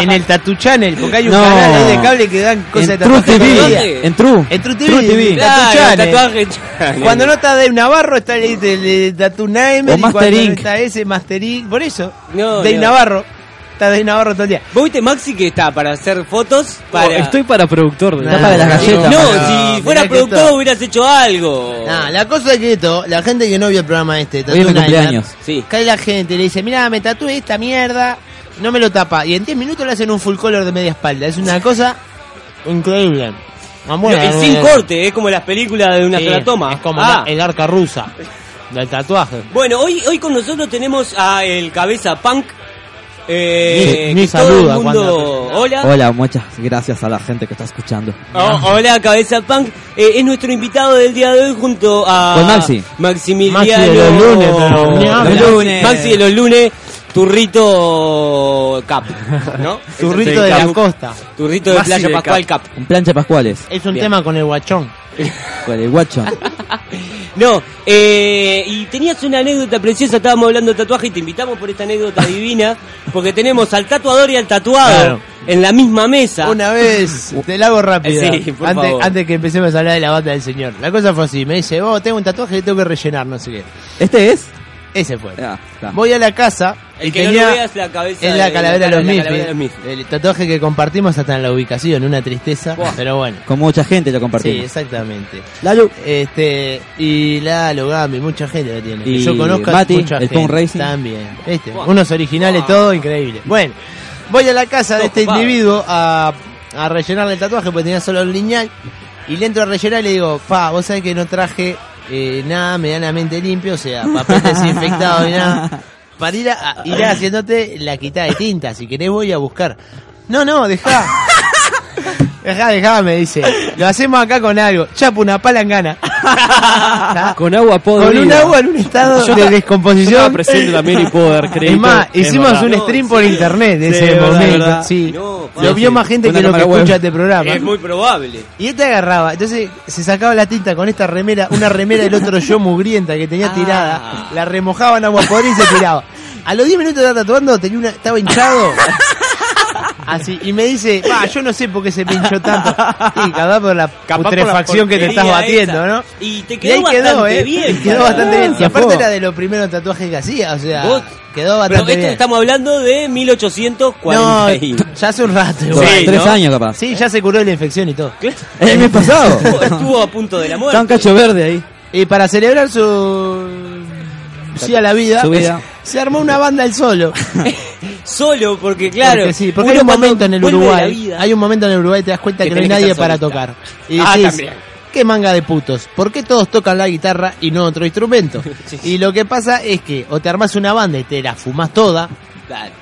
Speaker 6: en el Tattoo Channel, porque hay un
Speaker 7: No.
Speaker 6: canal ahí de cable que dan cosas de
Speaker 7: En True
Speaker 6: tatuaje todo el día.
Speaker 7: TV. En True.
Speaker 6: En True TV.
Speaker 7: True TV.
Speaker 6: el
Speaker 5: Claro,
Speaker 6: Tattoo Channel.
Speaker 5: tatuaje en Channel.
Speaker 6: Cuando no está Dave Navarro, está el, el, el Tattoo Nightmare.
Speaker 7: O
Speaker 6: y cuando
Speaker 7: Master
Speaker 6: no
Speaker 7: Inc.
Speaker 6: está ese Master Inc. Por eso,
Speaker 5: No,
Speaker 6: Dave
Speaker 5: no.
Speaker 6: Navarro. Está Dave Navarro todo el día.
Speaker 5: ¿Vos viste Maxi que está para hacer fotos?
Speaker 8: Oh,
Speaker 5: Para...
Speaker 8: Estoy para productor.
Speaker 6: Nah.
Speaker 8: De...
Speaker 7: Está para las galletas.
Speaker 5: No,
Speaker 6: No,
Speaker 5: si
Speaker 6: mirá
Speaker 5: fuera
Speaker 6: que
Speaker 5: productor
Speaker 6: todo.
Speaker 5: hubieras hecho algo.
Speaker 6: Nah, la cosa es que esto, la gente que no vio el programa este,
Speaker 7: Hoy es mi
Speaker 6: Tattoo Nightmare,
Speaker 7: cumpleaños.
Speaker 5: Sí.
Speaker 6: Cae la gente y le dice, mira, me tatué esta mierda, no me lo tapa. Y en 10 minutos le hacen un full color de media espalda. Es una cosa increíble. Ah, bueno,
Speaker 5: es
Speaker 6: eh,
Speaker 5: sin corte, es como las películas de una
Speaker 6: sí,
Speaker 5: sola toma.
Speaker 6: Es como
Speaker 5: Ah.
Speaker 6: la- el arca rusa del tatuaje.
Speaker 5: Bueno, hoy, hoy con nosotros tenemos a el cabeza punk. Eh,
Speaker 6: Ni- ni
Speaker 5: que todo
Speaker 6: saluda
Speaker 5: el mundo.
Speaker 6: cuando-
Speaker 5: Hola.
Speaker 7: Hola, muchas gracias a la gente que está escuchando.
Speaker 5: Oh, hola, cabeza punk. Eh, es nuestro invitado del día de hoy junto a.
Speaker 7: Con Maxi.
Speaker 5: Maximiliano.
Speaker 6: Maxi de los lunes, pero ni habla.
Speaker 5: Maxi-
Speaker 7: Los lunes.
Speaker 5: Maxi de los lunes. Turrito Cap, ¿no? Este,
Speaker 6: Zurrito de la costa.
Speaker 5: Turrito de
Speaker 8: Maxi
Speaker 5: Playa
Speaker 8: de
Speaker 5: Pascual Cap.
Speaker 7: Un plancha Pascuales.
Speaker 6: Es un
Speaker 5: Bien.
Speaker 6: tema con el guachón.
Speaker 7: Con el guacho.
Speaker 5: No, eh, y tenías una anécdota preciosa, estábamos hablando de tatuaje y te invitamos por esta anécdota divina, porque tenemos al tatuador y al tatuado
Speaker 6: Claro.
Speaker 5: en la misma mesa.
Speaker 6: Una vez, te la hago rápido.
Speaker 5: Sí, por
Speaker 6: antes,
Speaker 5: favor.
Speaker 6: antes que empecemos a hablar de la banda del señor. La cosa fue así, me dice, oh, tengo un tatuaje que tengo que rellenar, no sé qué.
Speaker 7: ¿Este es?
Speaker 6: Ese fue.
Speaker 7: Ah, está.
Speaker 6: Voy a la casa.
Speaker 5: El
Speaker 6: y
Speaker 5: que no
Speaker 6: tenía-
Speaker 5: lo veas la cabeza
Speaker 6: Es
Speaker 5: de-
Speaker 6: la calavera de
Speaker 5: eh, la
Speaker 6: los
Speaker 5: cara- la calavera de los
Speaker 6: Misfits. El tatuaje que compartimos hasta en la ubicación, una tristeza,
Speaker 5: Buah.
Speaker 6: pero bueno.
Speaker 7: Con mucha gente lo
Speaker 6: Sí,
Speaker 7: compartimos.
Speaker 6: exactamente.
Speaker 7: Lalu.
Speaker 6: Este, y Lalo Gami, mucha gente lo tiene. Que
Speaker 7: Y
Speaker 6: yo conozco
Speaker 7: Mati,
Speaker 6: mucha
Speaker 7: el
Speaker 6: gente
Speaker 7: Punk Racing.
Speaker 6: También. Este,
Speaker 5: Buah.
Speaker 6: unos originales,
Speaker 5: Buah.
Speaker 6: todo increíble. Bueno, voy a la casa de
Speaker 5: Todo
Speaker 6: este
Speaker 5: ocupado.
Speaker 6: individuo a, a rellenarle el tatuaje porque tenía solo el lineal. Y le entro a rellenar y le digo, pa, vos sabés que no traje eh, nada medianamente limpio, o sea, papel desinfectado ni nada. Para ir, a- a- ir haciéndote la quita de tinta, si querés voy a buscar. No, no, dejá. Dejá, dejá, me dice. Lo hacemos acá con algo. Chapo una palangana. ¿Está?
Speaker 8: Con agua podrida.
Speaker 6: Con un agua en un estado
Speaker 8: Yo-
Speaker 6: de
Speaker 8: Yo estaba
Speaker 6: descomposición.
Speaker 8: presente también y puedo dar crédito.
Speaker 6: Es más,
Speaker 8: Es
Speaker 6: hicimos
Speaker 8: verdad.
Speaker 6: un
Speaker 5: No,
Speaker 6: stream
Speaker 5: sí.
Speaker 6: por internet de
Speaker 8: Sí,
Speaker 6: ese
Speaker 8: es verdad,
Speaker 6: momento.
Speaker 8: verdad.
Speaker 6: Sí.
Speaker 5: No,
Speaker 6: lo vio
Speaker 8: sí.
Speaker 6: más gente
Speaker 8: Una
Speaker 6: que lo que
Speaker 8: cámara web.
Speaker 6: escucha este programa.
Speaker 5: Es muy probable.
Speaker 6: Y este agarraba, entonces se sacaba la tinta con esta remera, una remera del otro yo mugrienta que tenía
Speaker 5: Ah.
Speaker 6: tirada, la remojaba en agua podrida y se tiraba. A los 10 minutos de estar tatuando tenía una, estaba hinchado. Así, y me dice, "Pa, yo no sé por qué se me hinchó tanto. Sí, capaz por la
Speaker 5: por la
Speaker 6: putrefacción que te estás
Speaker 5: porquería
Speaker 6: batiendo,
Speaker 5: esa.
Speaker 6: ¿no?
Speaker 5: Y te
Speaker 6: Y ahí
Speaker 5: quedó
Speaker 6: quedó,
Speaker 5: bastante
Speaker 6: ¿eh?
Speaker 5: bien,
Speaker 6: Y quedó
Speaker 5: para-
Speaker 6: bafante bien. Y
Speaker 7: Se
Speaker 6: aparte
Speaker 7: fue.
Speaker 6: era de los primeros tatuajes que hacía, o sea,
Speaker 5: Vos-
Speaker 6: quedó
Speaker 5: Pero
Speaker 6: bastante
Speaker 5: esto
Speaker 6: bien.
Speaker 5: estamos hablando de 1840. y-
Speaker 6: No, ya hace un rato
Speaker 7: Con
Speaker 6: igual.
Speaker 5: Sí,
Speaker 7: Tres
Speaker 5: ¿no?
Speaker 7: años capaz.
Speaker 6: Sí, ya se curó de la infección y todo.
Speaker 7: El mes pasado.
Speaker 5: Estuvo, estuvo a punto de la
Speaker 7: Está un
Speaker 5: muerte.
Speaker 7: cacho verde ahí.
Speaker 6: Y para celebrar su. Sí, a la vida. pues,
Speaker 7: Su vida.
Speaker 6: Se armó una banda el solo.
Speaker 5: Solo porque, claro.
Speaker 6: Porque sí, porque
Speaker 5: uno
Speaker 6: hay un
Speaker 5: cuando
Speaker 6: momento en el
Speaker 5: vuelve de la
Speaker 6: Uruguay.
Speaker 5: vida-
Speaker 6: Hay un momento en el Uruguay que te das cuenta
Speaker 5: Que
Speaker 6: que, no hay
Speaker 5: tenés que
Speaker 6: nadie
Speaker 5: ser
Speaker 6: para
Speaker 5: solista.
Speaker 6: tocar. Y
Speaker 5: Ah,
Speaker 6: decís,
Speaker 5: también.
Speaker 6: Qué manga de putos. ¿Por qué todos tocan la guitarra y no otro instrumento? Y lo que pasa es que o te armás una banda y te la fumás toda,
Speaker 5: Claro.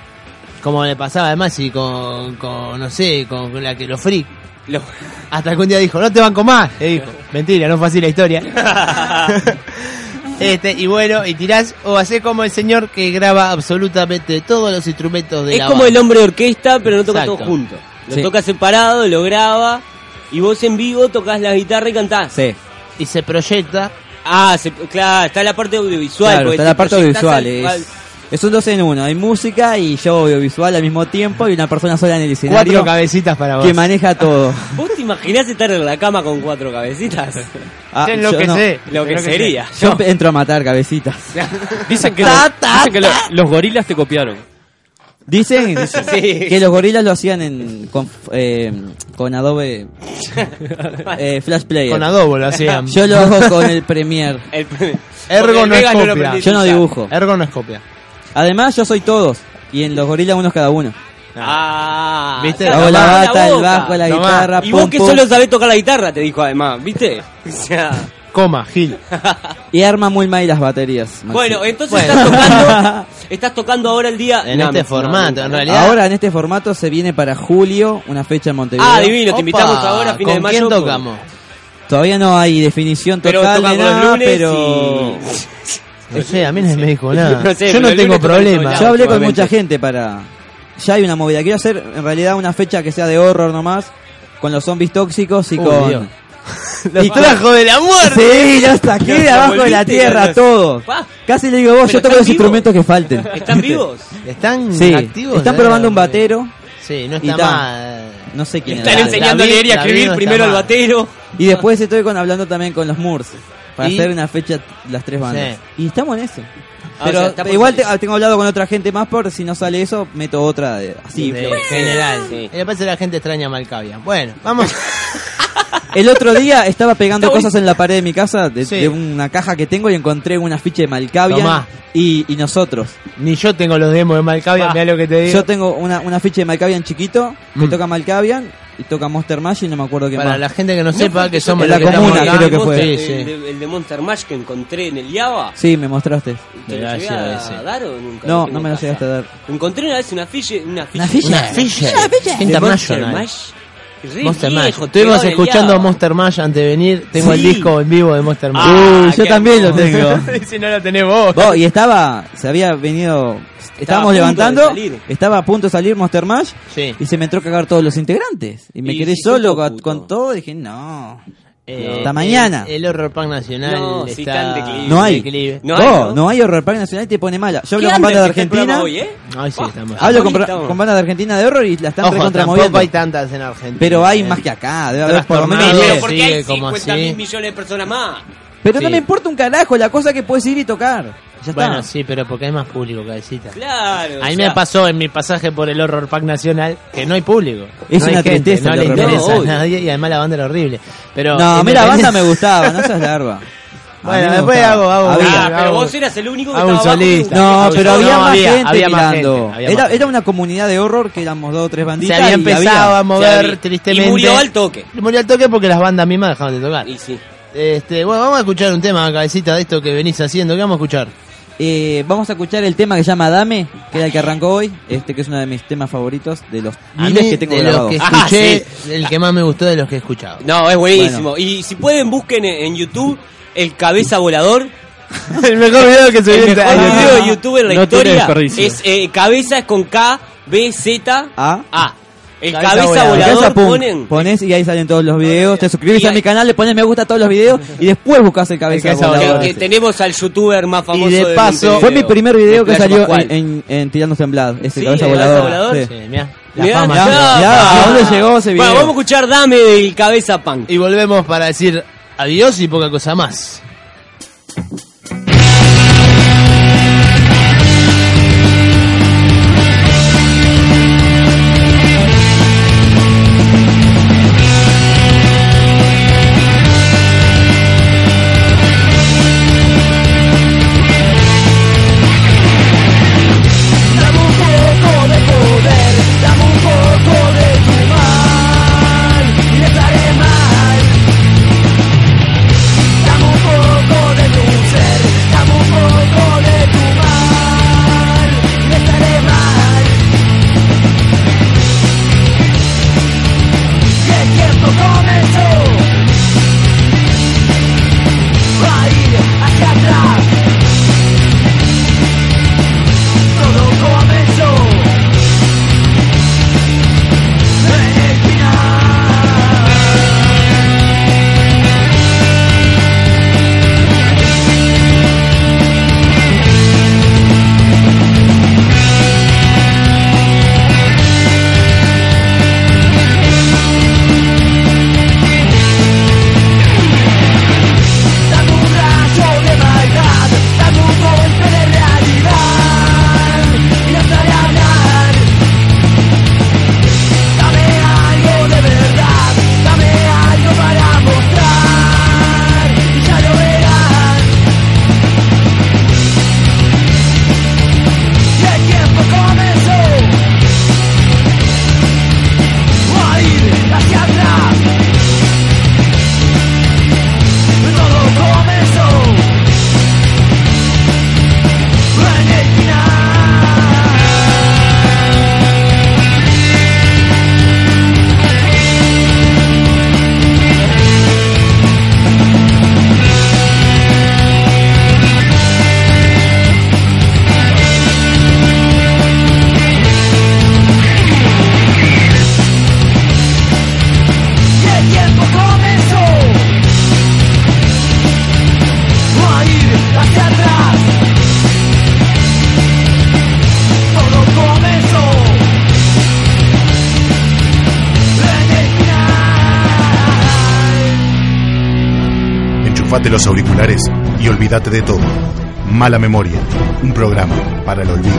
Speaker 6: como le pasaba además y con, con no sé, con, con la que los freak.
Speaker 5: Lo-
Speaker 6: Hasta que un día dijo, no te banco más. Le dijo, mentira, no fue así la historia. este, y bueno, y tirás o hacés como el señor que graba absolutamente todos los instrumentos de
Speaker 5: Es
Speaker 6: la
Speaker 5: como
Speaker 6: banda.
Speaker 5: el hombre de orquesta, pero no toca
Speaker 6: Exacto.
Speaker 5: todo junto. Lo
Speaker 7: Sí.
Speaker 5: toca separado, lo graba. Y vos en vivo tocas la guitarra y cantás.
Speaker 7: Sí.
Speaker 6: Y se proyecta.
Speaker 5: Ah, se- claro, está la parte audiovisual.
Speaker 7: Claro,
Speaker 5: porque
Speaker 7: está
Speaker 5: te
Speaker 7: la parte
Speaker 5: proyectás
Speaker 7: audiovisual.
Speaker 5: al- al-
Speaker 7: Es, es un dos en uno. Hay música y show audiovisual al mismo tiempo y una persona sola en el
Speaker 6: Cuatro
Speaker 7: escenario
Speaker 6: cabecitas para vos.
Speaker 7: que maneja todo.
Speaker 5: ¿Vos te imaginás estar en la cama con cuatro cabecitas?
Speaker 7: Ah,
Speaker 6: Sé lo que
Speaker 7: no.
Speaker 6: sé.
Speaker 5: Lo que sería.
Speaker 7: Yo entro a matar cabecitas.
Speaker 8: Dicen que, los, dicen que lo- los gorilas te copiaron.
Speaker 7: Dicen que los gorilas lo hacían en, con, eh, con Adobe eh, Flash Player.
Speaker 6: Con adobo lo hacían.
Speaker 7: Yo lo hago con el Premiere.
Speaker 5: El-
Speaker 6: Ergo
Speaker 5: porque el
Speaker 6: no
Speaker 5: Vegas
Speaker 6: es
Speaker 5: lo
Speaker 6: copia.
Speaker 5: aprendiste
Speaker 7: Yo no
Speaker 5: a usar.
Speaker 7: dibujo.
Speaker 6: Ergo no es copia.
Speaker 7: Además, yo soy todos. Y en los gorilas unos cada uno.
Speaker 5: Ah,
Speaker 6: ¿Viste?
Speaker 5: está
Speaker 7: Hago la
Speaker 5: tapando
Speaker 7: bata, el
Speaker 5: boca.
Speaker 7: bajo, la
Speaker 6: Tomá.
Speaker 7: guitarra,
Speaker 5: Y vos
Speaker 7: pum,
Speaker 5: que
Speaker 7: pum.
Speaker 5: solo sabés tocar la guitarra, te dijo además, ¿viste? O sea,
Speaker 6: Coma, Gil.
Speaker 7: Y arma muy mal las baterías. Maxi.
Speaker 5: bueno, entonces estás tocando, estás tocando ahora el día
Speaker 6: En
Speaker 5: No,
Speaker 6: este
Speaker 5: no,
Speaker 6: formato,
Speaker 5: no,
Speaker 6: en
Speaker 5: no.
Speaker 6: realidad.
Speaker 7: Ahora en este formato se viene para julio una fecha en Montevideo.
Speaker 5: Ah, divino,
Speaker 6: Opa,
Speaker 5: te invitamos ahora a fines de
Speaker 6: ¿con
Speaker 5: mayo.
Speaker 6: quién
Speaker 5: con-
Speaker 6: tocamos?
Speaker 7: Todavía no hay definición
Speaker 5: Pero
Speaker 7: total
Speaker 5: tocan
Speaker 7: de
Speaker 5: los
Speaker 7: nada,
Speaker 5: lunes
Speaker 7: pero
Speaker 6: No sé, a mí no me dijo nada.
Speaker 5: No sé,
Speaker 6: yo
Speaker 5: pero
Speaker 6: no
Speaker 5: el lunes
Speaker 6: tengo
Speaker 5: tocan en todos
Speaker 6: problema.
Speaker 5: lados.
Speaker 7: yo hablé con
Speaker 5: últimamente.
Speaker 7: mucha gente para ya hay una movida. Quiero hacer en realidad una fecha que sea de horror nomás, con los zombies tóxicos y
Speaker 6: Uy,
Speaker 7: con.
Speaker 6: Dios.
Speaker 7: y
Speaker 6: Los
Speaker 7: con-
Speaker 6: trajo de la muerte.
Speaker 7: Sí, los saqué de abajo de la tierra todos.
Speaker 5: Pa.
Speaker 7: Casi le digo vos,
Speaker 5: Ah. Pero
Speaker 7: yo toco
Speaker 5: están
Speaker 7: los
Speaker 5: vivos.
Speaker 7: instrumentos que falten.
Speaker 5: ¿Están vivos?
Speaker 6: Están
Speaker 7: Sí,
Speaker 6: activos.
Speaker 7: están
Speaker 6: eh,
Speaker 7: probando un
Speaker 6: porque-
Speaker 7: batero.
Speaker 6: Sí, no
Speaker 7: Y
Speaker 6: está
Speaker 7: ta.
Speaker 6: mal.
Speaker 7: No sé quién
Speaker 5: Están
Speaker 6: La-
Speaker 7: era.
Speaker 5: enseñando
Speaker 6: la
Speaker 5: a leer y
Speaker 6: vi-
Speaker 5: a
Speaker 6: la vi
Speaker 5: escribir
Speaker 6: no está
Speaker 5: primero al
Speaker 6: mal.
Speaker 5: batero.
Speaker 7: Y después estoy con, hablando también con los Moors para
Speaker 6: ¿Y?
Speaker 7: hacer una fecha las tres bandas. Y estamos en eso.
Speaker 5: Ah,
Speaker 7: Pero
Speaker 5: o sea, está por
Speaker 7: igual te-
Speaker 5: salir.
Speaker 7: tengo hablado con otra gente más por si no sale eso, meto otra de- así.
Speaker 6: De-
Speaker 7: flojo.
Speaker 6: en general.
Speaker 5: Sí.
Speaker 6: Y después la gente extraña a Malcavia. Bueno, vamos.
Speaker 7: El otro día estaba pegando cosas en la pared de mi casa, de,
Speaker 6: Sí.
Speaker 7: de una caja que tengo, y encontré una ficha de Malcavia
Speaker 6: Tomá.
Speaker 7: y, y nosotros.
Speaker 6: Ni yo tengo los demos de Malcavia,
Speaker 5: Pa.
Speaker 6: mirá lo que te digo.
Speaker 7: Yo tengo una, una ficha de Malkavian chiquito, que
Speaker 6: Eh. Mm.
Speaker 7: toca Malkavian y toca Monster Mash y no me acuerdo qué
Speaker 6: Para
Speaker 7: más.
Speaker 6: la gente que no, sepa que somos
Speaker 7: en la
Speaker 6: los que estamos
Speaker 7: comuna,
Speaker 6: acá.
Speaker 7: creo que fue.
Speaker 5: El,
Speaker 6: Sí,
Speaker 5: el
Speaker 6: sí.
Speaker 5: de, el de Monster Mash que encontré en el Java.
Speaker 7: Sí, me mostraste.
Speaker 5: ¿Te lo llegué
Speaker 6: Gracias,
Speaker 5: a
Speaker 6: ese.
Speaker 5: dar o nunca?
Speaker 7: No,
Speaker 5: Dejé
Speaker 7: no
Speaker 5: en
Speaker 7: me lo
Speaker 5: casa.
Speaker 7: llegaste a dar.
Speaker 5: Encontré una vez una ficha. Una ficha.
Speaker 6: Una ficha.
Speaker 5: de Monster
Speaker 6: International.
Speaker 5: Mash. Re
Speaker 6: Monster Mash.
Speaker 5: viejo,
Speaker 6: Estuvimos
Speaker 5: pegado en el
Speaker 6: escuchando a
Speaker 5: Java.
Speaker 6: Monster Mash antes de venir. Tengo el
Speaker 5: Sí.
Speaker 6: disco en vivo de Monster Mash.
Speaker 5: Ah,
Speaker 7: Uy, yo
Speaker 5: qué
Speaker 7: también lo
Speaker 5: hermoso.
Speaker 7: tengo.
Speaker 6: si no lo tenés vos.
Speaker 7: Vos, y estaba, se había venido,
Speaker 5: a punto
Speaker 7: estábamos
Speaker 5: de
Speaker 7: levantando,
Speaker 5: salir.
Speaker 7: estaba a punto de salir Monster Mash
Speaker 6: Sí.
Speaker 7: y se me entró a cagar todos los integrantes. Y me
Speaker 5: Y
Speaker 7: quedé
Speaker 5: sí,
Speaker 7: solo
Speaker 5: puto
Speaker 7: con,
Speaker 5: puto.
Speaker 7: con todo, dije, no.
Speaker 6: Eh,
Speaker 7: Hasta mañana.
Speaker 6: El, el Horror Punk Nacional
Speaker 5: No, sí,
Speaker 6: está
Speaker 5: está en declive.
Speaker 7: No hay.
Speaker 6: declive.
Speaker 5: No
Speaker 7: Vos,
Speaker 5: hay,
Speaker 7: no,
Speaker 5: ¿no?
Speaker 7: hay horror pack nacional y te pone mala. Yo hablo
Speaker 5: ¿Qué
Speaker 7: con bandas de
Speaker 5: andas que está el
Speaker 7: Argentina.
Speaker 5: programa hoy, eh?
Speaker 6: Ay, sí, estamos.
Speaker 7: Hablo
Speaker 5: Hoy
Speaker 7: con,
Speaker 5: estamos.
Speaker 7: con bandas de Argentina de horror y la están
Speaker 6: Ojo,
Speaker 7: recontramoviendo.
Speaker 6: tampoco hay tantas en Argentina.
Speaker 7: Pero hay
Speaker 6: eh.
Speaker 7: más que acá, debe haber por lo menos
Speaker 6: Trastornado.
Speaker 7: diez.
Speaker 5: Pero porque hay
Speaker 6: sigue como
Speaker 5: 50
Speaker 6: así.
Speaker 5: mil millones de personas más.
Speaker 7: Pero no
Speaker 6: Sí.
Speaker 7: me importa un carajo, la cosa es que puedes ir y tocar. Ya
Speaker 6: Bueno,
Speaker 7: está.
Speaker 6: sí, pero porque hay más público, cabecita.
Speaker 5: Claro.
Speaker 6: A
Speaker 5: o
Speaker 6: mí
Speaker 5: sea,
Speaker 6: me pasó en mi pasaje por el Horror Pack Nacional que no hay público.
Speaker 7: Es
Speaker 6: no hay
Speaker 7: una
Speaker 6: gente,
Speaker 7: tristeza
Speaker 6: No
Speaker 7: el
Speaker 6: le
Speaker 7: Horror
Speaker 5: Pack.
Speaker 6: interesa
Speaker 5: No,
Speaker 6: a
Speaker 5: obvio.
Speaker 6: nadie y además la banda era horrible. Pero
Speaker 7: No, a mí la
Speaker 6: independiente-
Speaker 7: banda me gustaba, no seas larva. A
Speaker 6: Bueno,
Speaker 7: mí me
Speaker 6: después
Speaker 7: gustaba.
Speaker 6: hago- hago-
Speaker 7: Había.
Speaker 5: Ah, pero
Speaker 6: Hago-
Speaker 5: vos eras el único que
Speaker 6: hago un
Speaker 5: estaba abajo de
Speaker 6: solista.
Speaker 7: No,
Speaker 6: Había-
Speaker 7: pero había
Speaker 6: no,
Speaker 7: más
Speaker 6: había-
Speaker 7: gente
Speaker 6: había más
Speaker 7: mirando.
Speaker 6: gente, había
Speaker 7: era,
Speaker 6: más
Speaker 7: era una comunidad de horror que éramos dos o tres
Speaker 6: Se
Speaker 7: banditas.
Speaker 6: había
Speaker 7: y
Speaker 5: O
Speaker 6: empezado a
Speaker 5: sea,
Speaker 6: mover
Speaker 5: y-
Speaker 6: tristemente.
Speaker 5: Y murió al toque.
Speaker 6: Murió al toque porque las bandas mismas dejaban de tocar.
Speaker 5: Y sí.
Speaker 6: Este, bueno, vamos a escuchar un tema, cabecita, de esto que venís haciendo. ¿Qué vamos a escuchar?
Speaker 7: Eh, vamos a escuchar el tema que se llama Dame, que era el que arrancó hoy, este que es uno de mis temas favoritos de los
Speaker 6: A
Speaker 7: miles
Speaker 6: mí,
Speaker 7: que tengo
Speaker 6: de
Speaker 7: grabados.
Speaker 6: los que
Speaker 5: Ah,
Speaker 6: escuché, el que más me gustó de los que he escuchado.
Speaker 5: No, es buenísimo. Y si pueden, busquen en en YouTube el cabeza volador.
Speaker 6: el mejor video que subí
Speaker 5: El
Speaker 6: en- a
Speaker 5: mejor
Speaker 6: YouTube.
Speaker 5: video de YouTube en la
Speaker 8: No tiene
Speaker 5: historia
Speaker 8: desperdicio.
Speaker 5: es eh, cabeza es con K, B, Z,
Speaker 7: A.
Speaker 5: El
Speaker 6: Cabeza
Speaker 5: cabeza,
Speaker 6: volador.
Speaker 5: volador,
Speaker 7: Casa ah, Punk,
Speaker 5: ponen.
Speaker 7: Pones y ahí salen todos los videos. Te suscribes
Speaker 5: Y
Speaker 7: a
Speaker 5: ahí-
Speaker 7: mi canal, le pones me gusta a todos los videos y después buscas el cabeza.
Speaker 6: El
Speaker 5: que-
Speaker 6: cabeza
Speaker 7: volador
Speaker 5: que
Speaker 7: ese.
Speaker 5: tenemos al youtuber más famoso
Speaker 6: Y de
Speaker 5: del
Speaker 6: paso-
Speaker 5: Montevideo.
Speaker 7: Fue mi primer video que
Speaker 5: De Playa
Speaker 7: salió
Speaker 5: Pascual.
Speaker 7: en, en, en Tirando Temblad, ese
Speaker 5: Sí,
Speaker 7: cabeza
Speaker 5: el cabeza
Speaker 7: volador.
Speaker 5: volador.
Speaker 7: Sí.
Speaker 6: Sí, mirá, la
Speaker 5: Mirá,
Speaker 6: fama.
Speaker 5: mirá,
Speaker 7: Mirá,
Speaker 5: mirá.
Speaker 7: ¿a dónde llegó ese
Speaker 5: Bueno,
Speaker 7: video?
Speaker 5: vamos a escuchar Dame del cabeza punk.
Speaker 6: Y volvemos para decir adiós y poca cosa más.
Speaker 2: Dame un poco de poder, dame un poco de tu mal y estaré mal. Dame un poco
Speaker 3: oh,
Speaker 1: Llévate los auriculares y olvídate de todo. Mala memoria, un programa para el olvido.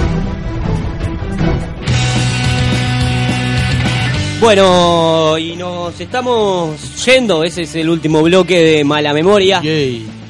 Speaker 5: Bueno, y nos estamos yendo, ese es el último bloque de Mala Memoria,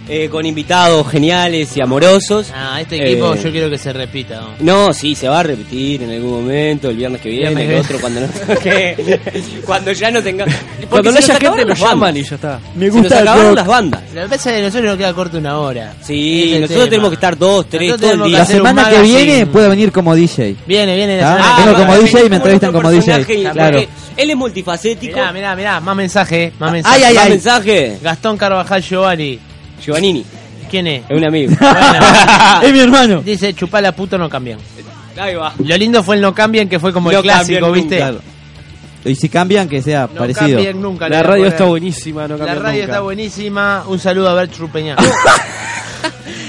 Speaker 5: eh, con invitados geniales y amorosos.
Speaker 6: Ah, este equipo
Speaker 5: Eh,
Speaker 6: yo quiero que se repita. ¿no?
Speaker 5: No, sí, se va a repetir en algún momento, el viernes que viene,
Speaker 6: Bien,
Speaker 5: el
Speaker 6: bien.
Speaker 5: otro cuando no toque, cuando ya no tenga... porque
Speaker 8: Cuando
Speaker 5: se
Speaker 8: no
Speaker 5: nos
Speaker 8: haya gente
Speaker 5: acabaron
Speaker 8: nos
Speaker 5: las
Speaker 8: llaman
Speaker 5: bandas.
Speaker 8: y ya está.
Speaker 7: Me
Speaker 5: Se nos
Speaker 7: gusta el
Speaker 5: acabaron
Speaker 7: rock.
Speaker 5: las bandas.
Speaker 6: Lo que pasa es que a nosotros nos queda corto una hora.
Speaker 5: Sí,
Speaker 6: Ese es el
Speaker 5: nosotros
Speaker 6: tema.
Speaker 5: tenemos que estar dos, tres,
Speaker 6: Nosotros
Speaker 5: todo el
Speaker 6: tenemos que
Speaker 5: día.
Speaker 7: La
Speaker 6: hacer un
Speaker 7: semana que
Speaker 6: magazine.
Speaker 7: viene puedo venir como DJ.
Speaker 6: Viene, viene la
Speaker 7: Ah,
Speaker 6: semana.
Speaker 7: vengo
Speaker 6: que
Speaker 7: como
Speaker 6: viene.
Speaker 7: DJ y me
Speaker 5: como
Speaker 7: entrevistan
Speaker 5: otro
Speaker 7: como DJ,
Speaker 5: personaje,
Speaker 7: claro.
Speaker 5: porque Él es multifacético.
Speaker 6: Mirá, mirá, mirá, más mensaje, más mensaje.
Speaker 5: Ay, ay,
Speaker 6: Más
Speaker 5: ay.
Speaker 6: mensaje.
Speaker 5: mensaje.
Speaker 6: Gastón Carvajal Giovanni.
Speaker 5: Giovannini,
Speaker 6: ¿Quién es?
Speaker 5: es un amigo.
Speaker 7: es mi hermano.
Speaker 6: Dice, chupá la puto, no cambian.
Speaker 5: Ahí va.
Speaker 6: Lo lindo fue el no cambian, que fue como
Speaker 5: No
Speaker 6: el clásico,
Speaker 5: cambian
Speaker 6: ¿viste?
Speaker 7: Claro. Y si cambian, que sea
Speaker 6: No
Speaker 7: parecido.
Speaker 6: cambian nunca.
Speaker 8: La
Speaker 6: le
Speaker 8: radio
Speaker 6: voy a
Speaker 8: está
Speaker 6: poner.
Speaker 8: buenísima, no
Speaker 6: La
Speaker 8: cambia
Speaker 6: radio
Speaker 8: nunca.
Speaker 6: está buenísima. Un saludo a Bertru Peña.
Speaker 5: Ah.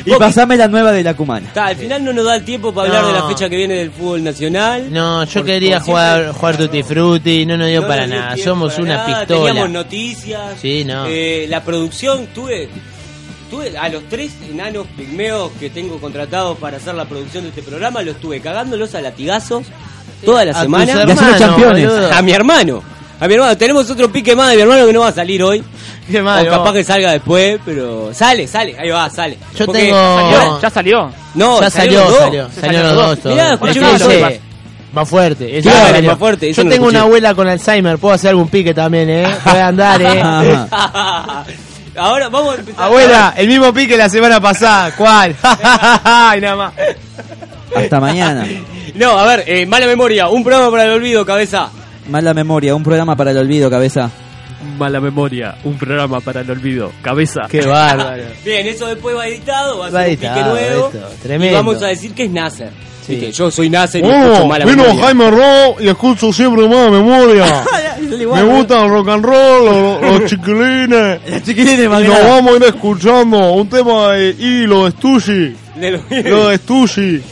Speaker 7: Y pasame la nueva de la Cumana.
Speaker 5: Está, al final no nos da el tiempo para hablar de la
Speaker 6: No.
Speaker 5: fecha que viene del fútbol nacional.
Speaker 6: No, yo
Speaker 5: Por-
Speaker 6: quería
Speaker 5: por
Speaker 6: jugar,
Speaker 5: siempre-
Speaker 6: jugar Tutti Frutti, no nos dio
Speaker 5: No
Speaker 6: para
Speaker 5: nos dio
Speaker 6: nada.
Speaker 5: tiempo
Speaker 6: Somos
Speaker 5: para
Speaker 6: una
Speaker 5: nada, Teníamos
Speaker 6: pistola.
Speaker 5: noticias.
Speaker 6: Sí, no.
Speaker 5: Eh, la producción, tuve, tuve a los tres enanos pigmeos que tengo contratados para hacer la producción de este programa, los tuve cagándolos a latigazos toda la
Speaker 6: A
Speaker 5: semana.
Speaker 6: tus
Speaker 7: Y hacemos
Speaker 6: hermanos,
Speaker 7: campeones.
Speaker 6: boludo.
Speaker 5: A mi hermano. A mi hermano, tenemos otro pique más de mi hermano que no va a salir hoy.
Speaker 6: Qué mal,
Speaker 5: o
Speaker 6: vos.
Speaker 5: capaz que salga después, pero sale, sale, ahí va, sale.
Speaker 6: Yo
Speaker 5: Porque-
Speaker 6: tengo...
Speaker 11: ¿Ya, ya salió.
Speaker 5: No,
Speaker 6: ya
Speaker 5: salieron
Speaker 6: salió,
Speaker 5: dos.
Speaker 6: salió, salió los dos. todos.
Speaker 5: Mirá,
Speaker 6: Es
Speaker 5: escuché
Speaker 6: que
Speaker 5: uno
Speaker 6: ese
Speaker 5: solo.
Speaker 6: Va fuerte. ese
Speaker 5: Claro,
Speaker 6: salió.
Speaker 5: va fuerte, eso
Speaker 6: Yo
Speaker 5: no
Speaker 6: tengo
Speaker 5: escuché.
Speaker 6: una abuela con Alzheimer, puedo hacer algún pique también, ¿eh? Puede andar, ¿eh?
Speaker 7: Ajá.
Speaker 5: Ahora vamos a empezar.
Speaker 6: Abuela, el mismo pique la semana pasada. ¿Cuál? y nada más.
Speaker 7: Hasta mañana.
Speaker 5: No, a ver, eh, mala memoria, un programa para el olvido, cabeza.
Speaker 7: Mala memoria, un programa para el olvido, cabeza.
Speaker 8: Mala memoria, un programa para el olvido. Cabeza.
Speaker 6: Qué bárbaro.
Speaker 5: Bien, eso después va editado, va a
Speaker 6: Va
Speaker 5: ser un pique
Speaker 6: editado,
Speaker 5: nuevo.
Speaker 6: esto,
Speaker 5: y
Speaker 6: tremendo.
Speaker 5: vamos a decir que es Nasser.
Speaker 6: Sí.
Speaker 5: Viste, Yo soy Nasser y
Speaker 6: Oh,
Speaker 5: escucho mala memoria.
Speaker 2: Oh, Ro y escucho siempre más memoria. Me gusta el rock and roll, lo- los, chiquilines. Y nos vamos a ir escuchando un tema de y lo de Stussy.
Speaker 5: De lo-
Speaker 2: Lo de Stussy.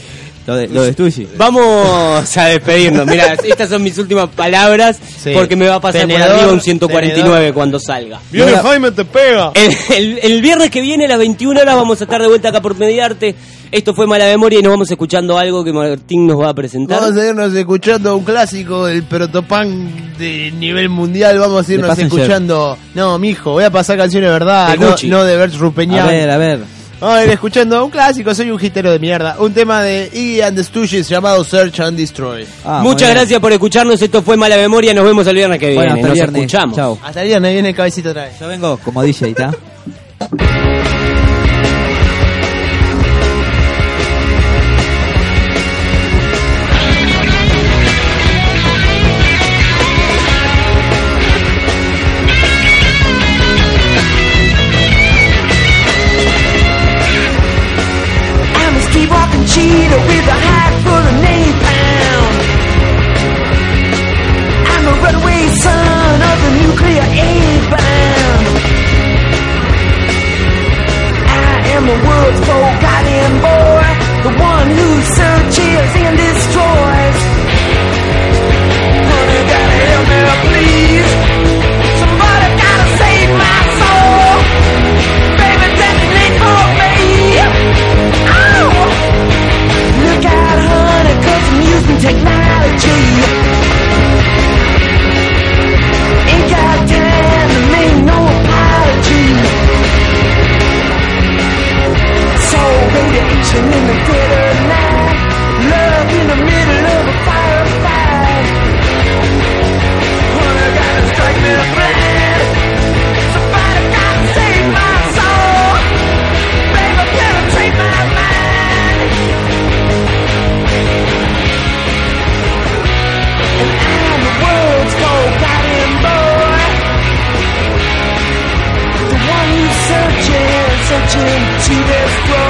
Speaker 7: Lo de, lo de Stussy.
Speaker 5: Vamos a despedirnos. Mira, estas son mis últimas palabras
Speaker 6: Sí.
Speaker 5: porque me va a pasar
Speaker 6: Tenedor,
Speaker 5: por arriba un 149
Speaker 6: tenedor.
Speaker 5: cuando salga.
Speaker 2: Viene
Speaker 7: Ahora-
Speaker 2: Jaime, te pega.
Speaker 5: El, el- el viernes que viene a las 21 horas vamos a estar de vuelta acá por Mediarte. Esto fue Mala Memoria y nos vamos escuchando algo que Martín nos va a presentar.
Speaker 6: Vamos a irnos escuchando un clásico del protopan de nivel mundial. Vamos a
Speaker 7: De
Speaker 6: irnos
Speaker 7: Passenger.
Speaker 6: escuchando. No, mijo, voy a pasar canciones de verdad,
Speaker 5: De
Speaker 6: no,
Speaker 5: Gucci.
Speaker 6: no de Bert
Speaker 7: A
Speaker 6: Rupeñán.
Speaker 7: ver, a ver.
Speaker 6: Vamos a ir escuchando un clásico, soy un jitero de mierda. Un tema de Iggy and the Stooges llamado Search and Destroy.
Speaker 7: Ah, muy
Speaker 5: Muchas
Speaker 7: bien.
Speaker 5: gracias por escucharnos. Esto fue Mala Memoria. Nos vemos el viernes que viene.
Speaker 7: Bueno, hasta
Speaker 5: nos
Speaker 7: viernes.
Speaker 5: escuchamos.
Speaker 7: Chao.
Speaker 6: Hasta el viernes viene el cabecito otra vez.
Speaker 7: Yo vengo como DJ, ¿está?
Speaker 3: I'm a sleepwalking cheetah with a heart full of napalm. I'm a runaway son of the nuclear aid bomb. I am a world's forgotten boy, the one who searches and destroys. Somebody gotta help me, please. Somebody gotta save my soul. Baby, detonate for me. Ow! Look out, honey, 'cause I'm using technology. Ain't got time to make no apology. So radiation in the dead of night, love in the middle of a firefight. Honey, gotta strike me blind. Somebody gotta save my soul. Baby, penetrate my mind. And I'm the world's forgotten boy. The one who's searching, searching to destroy.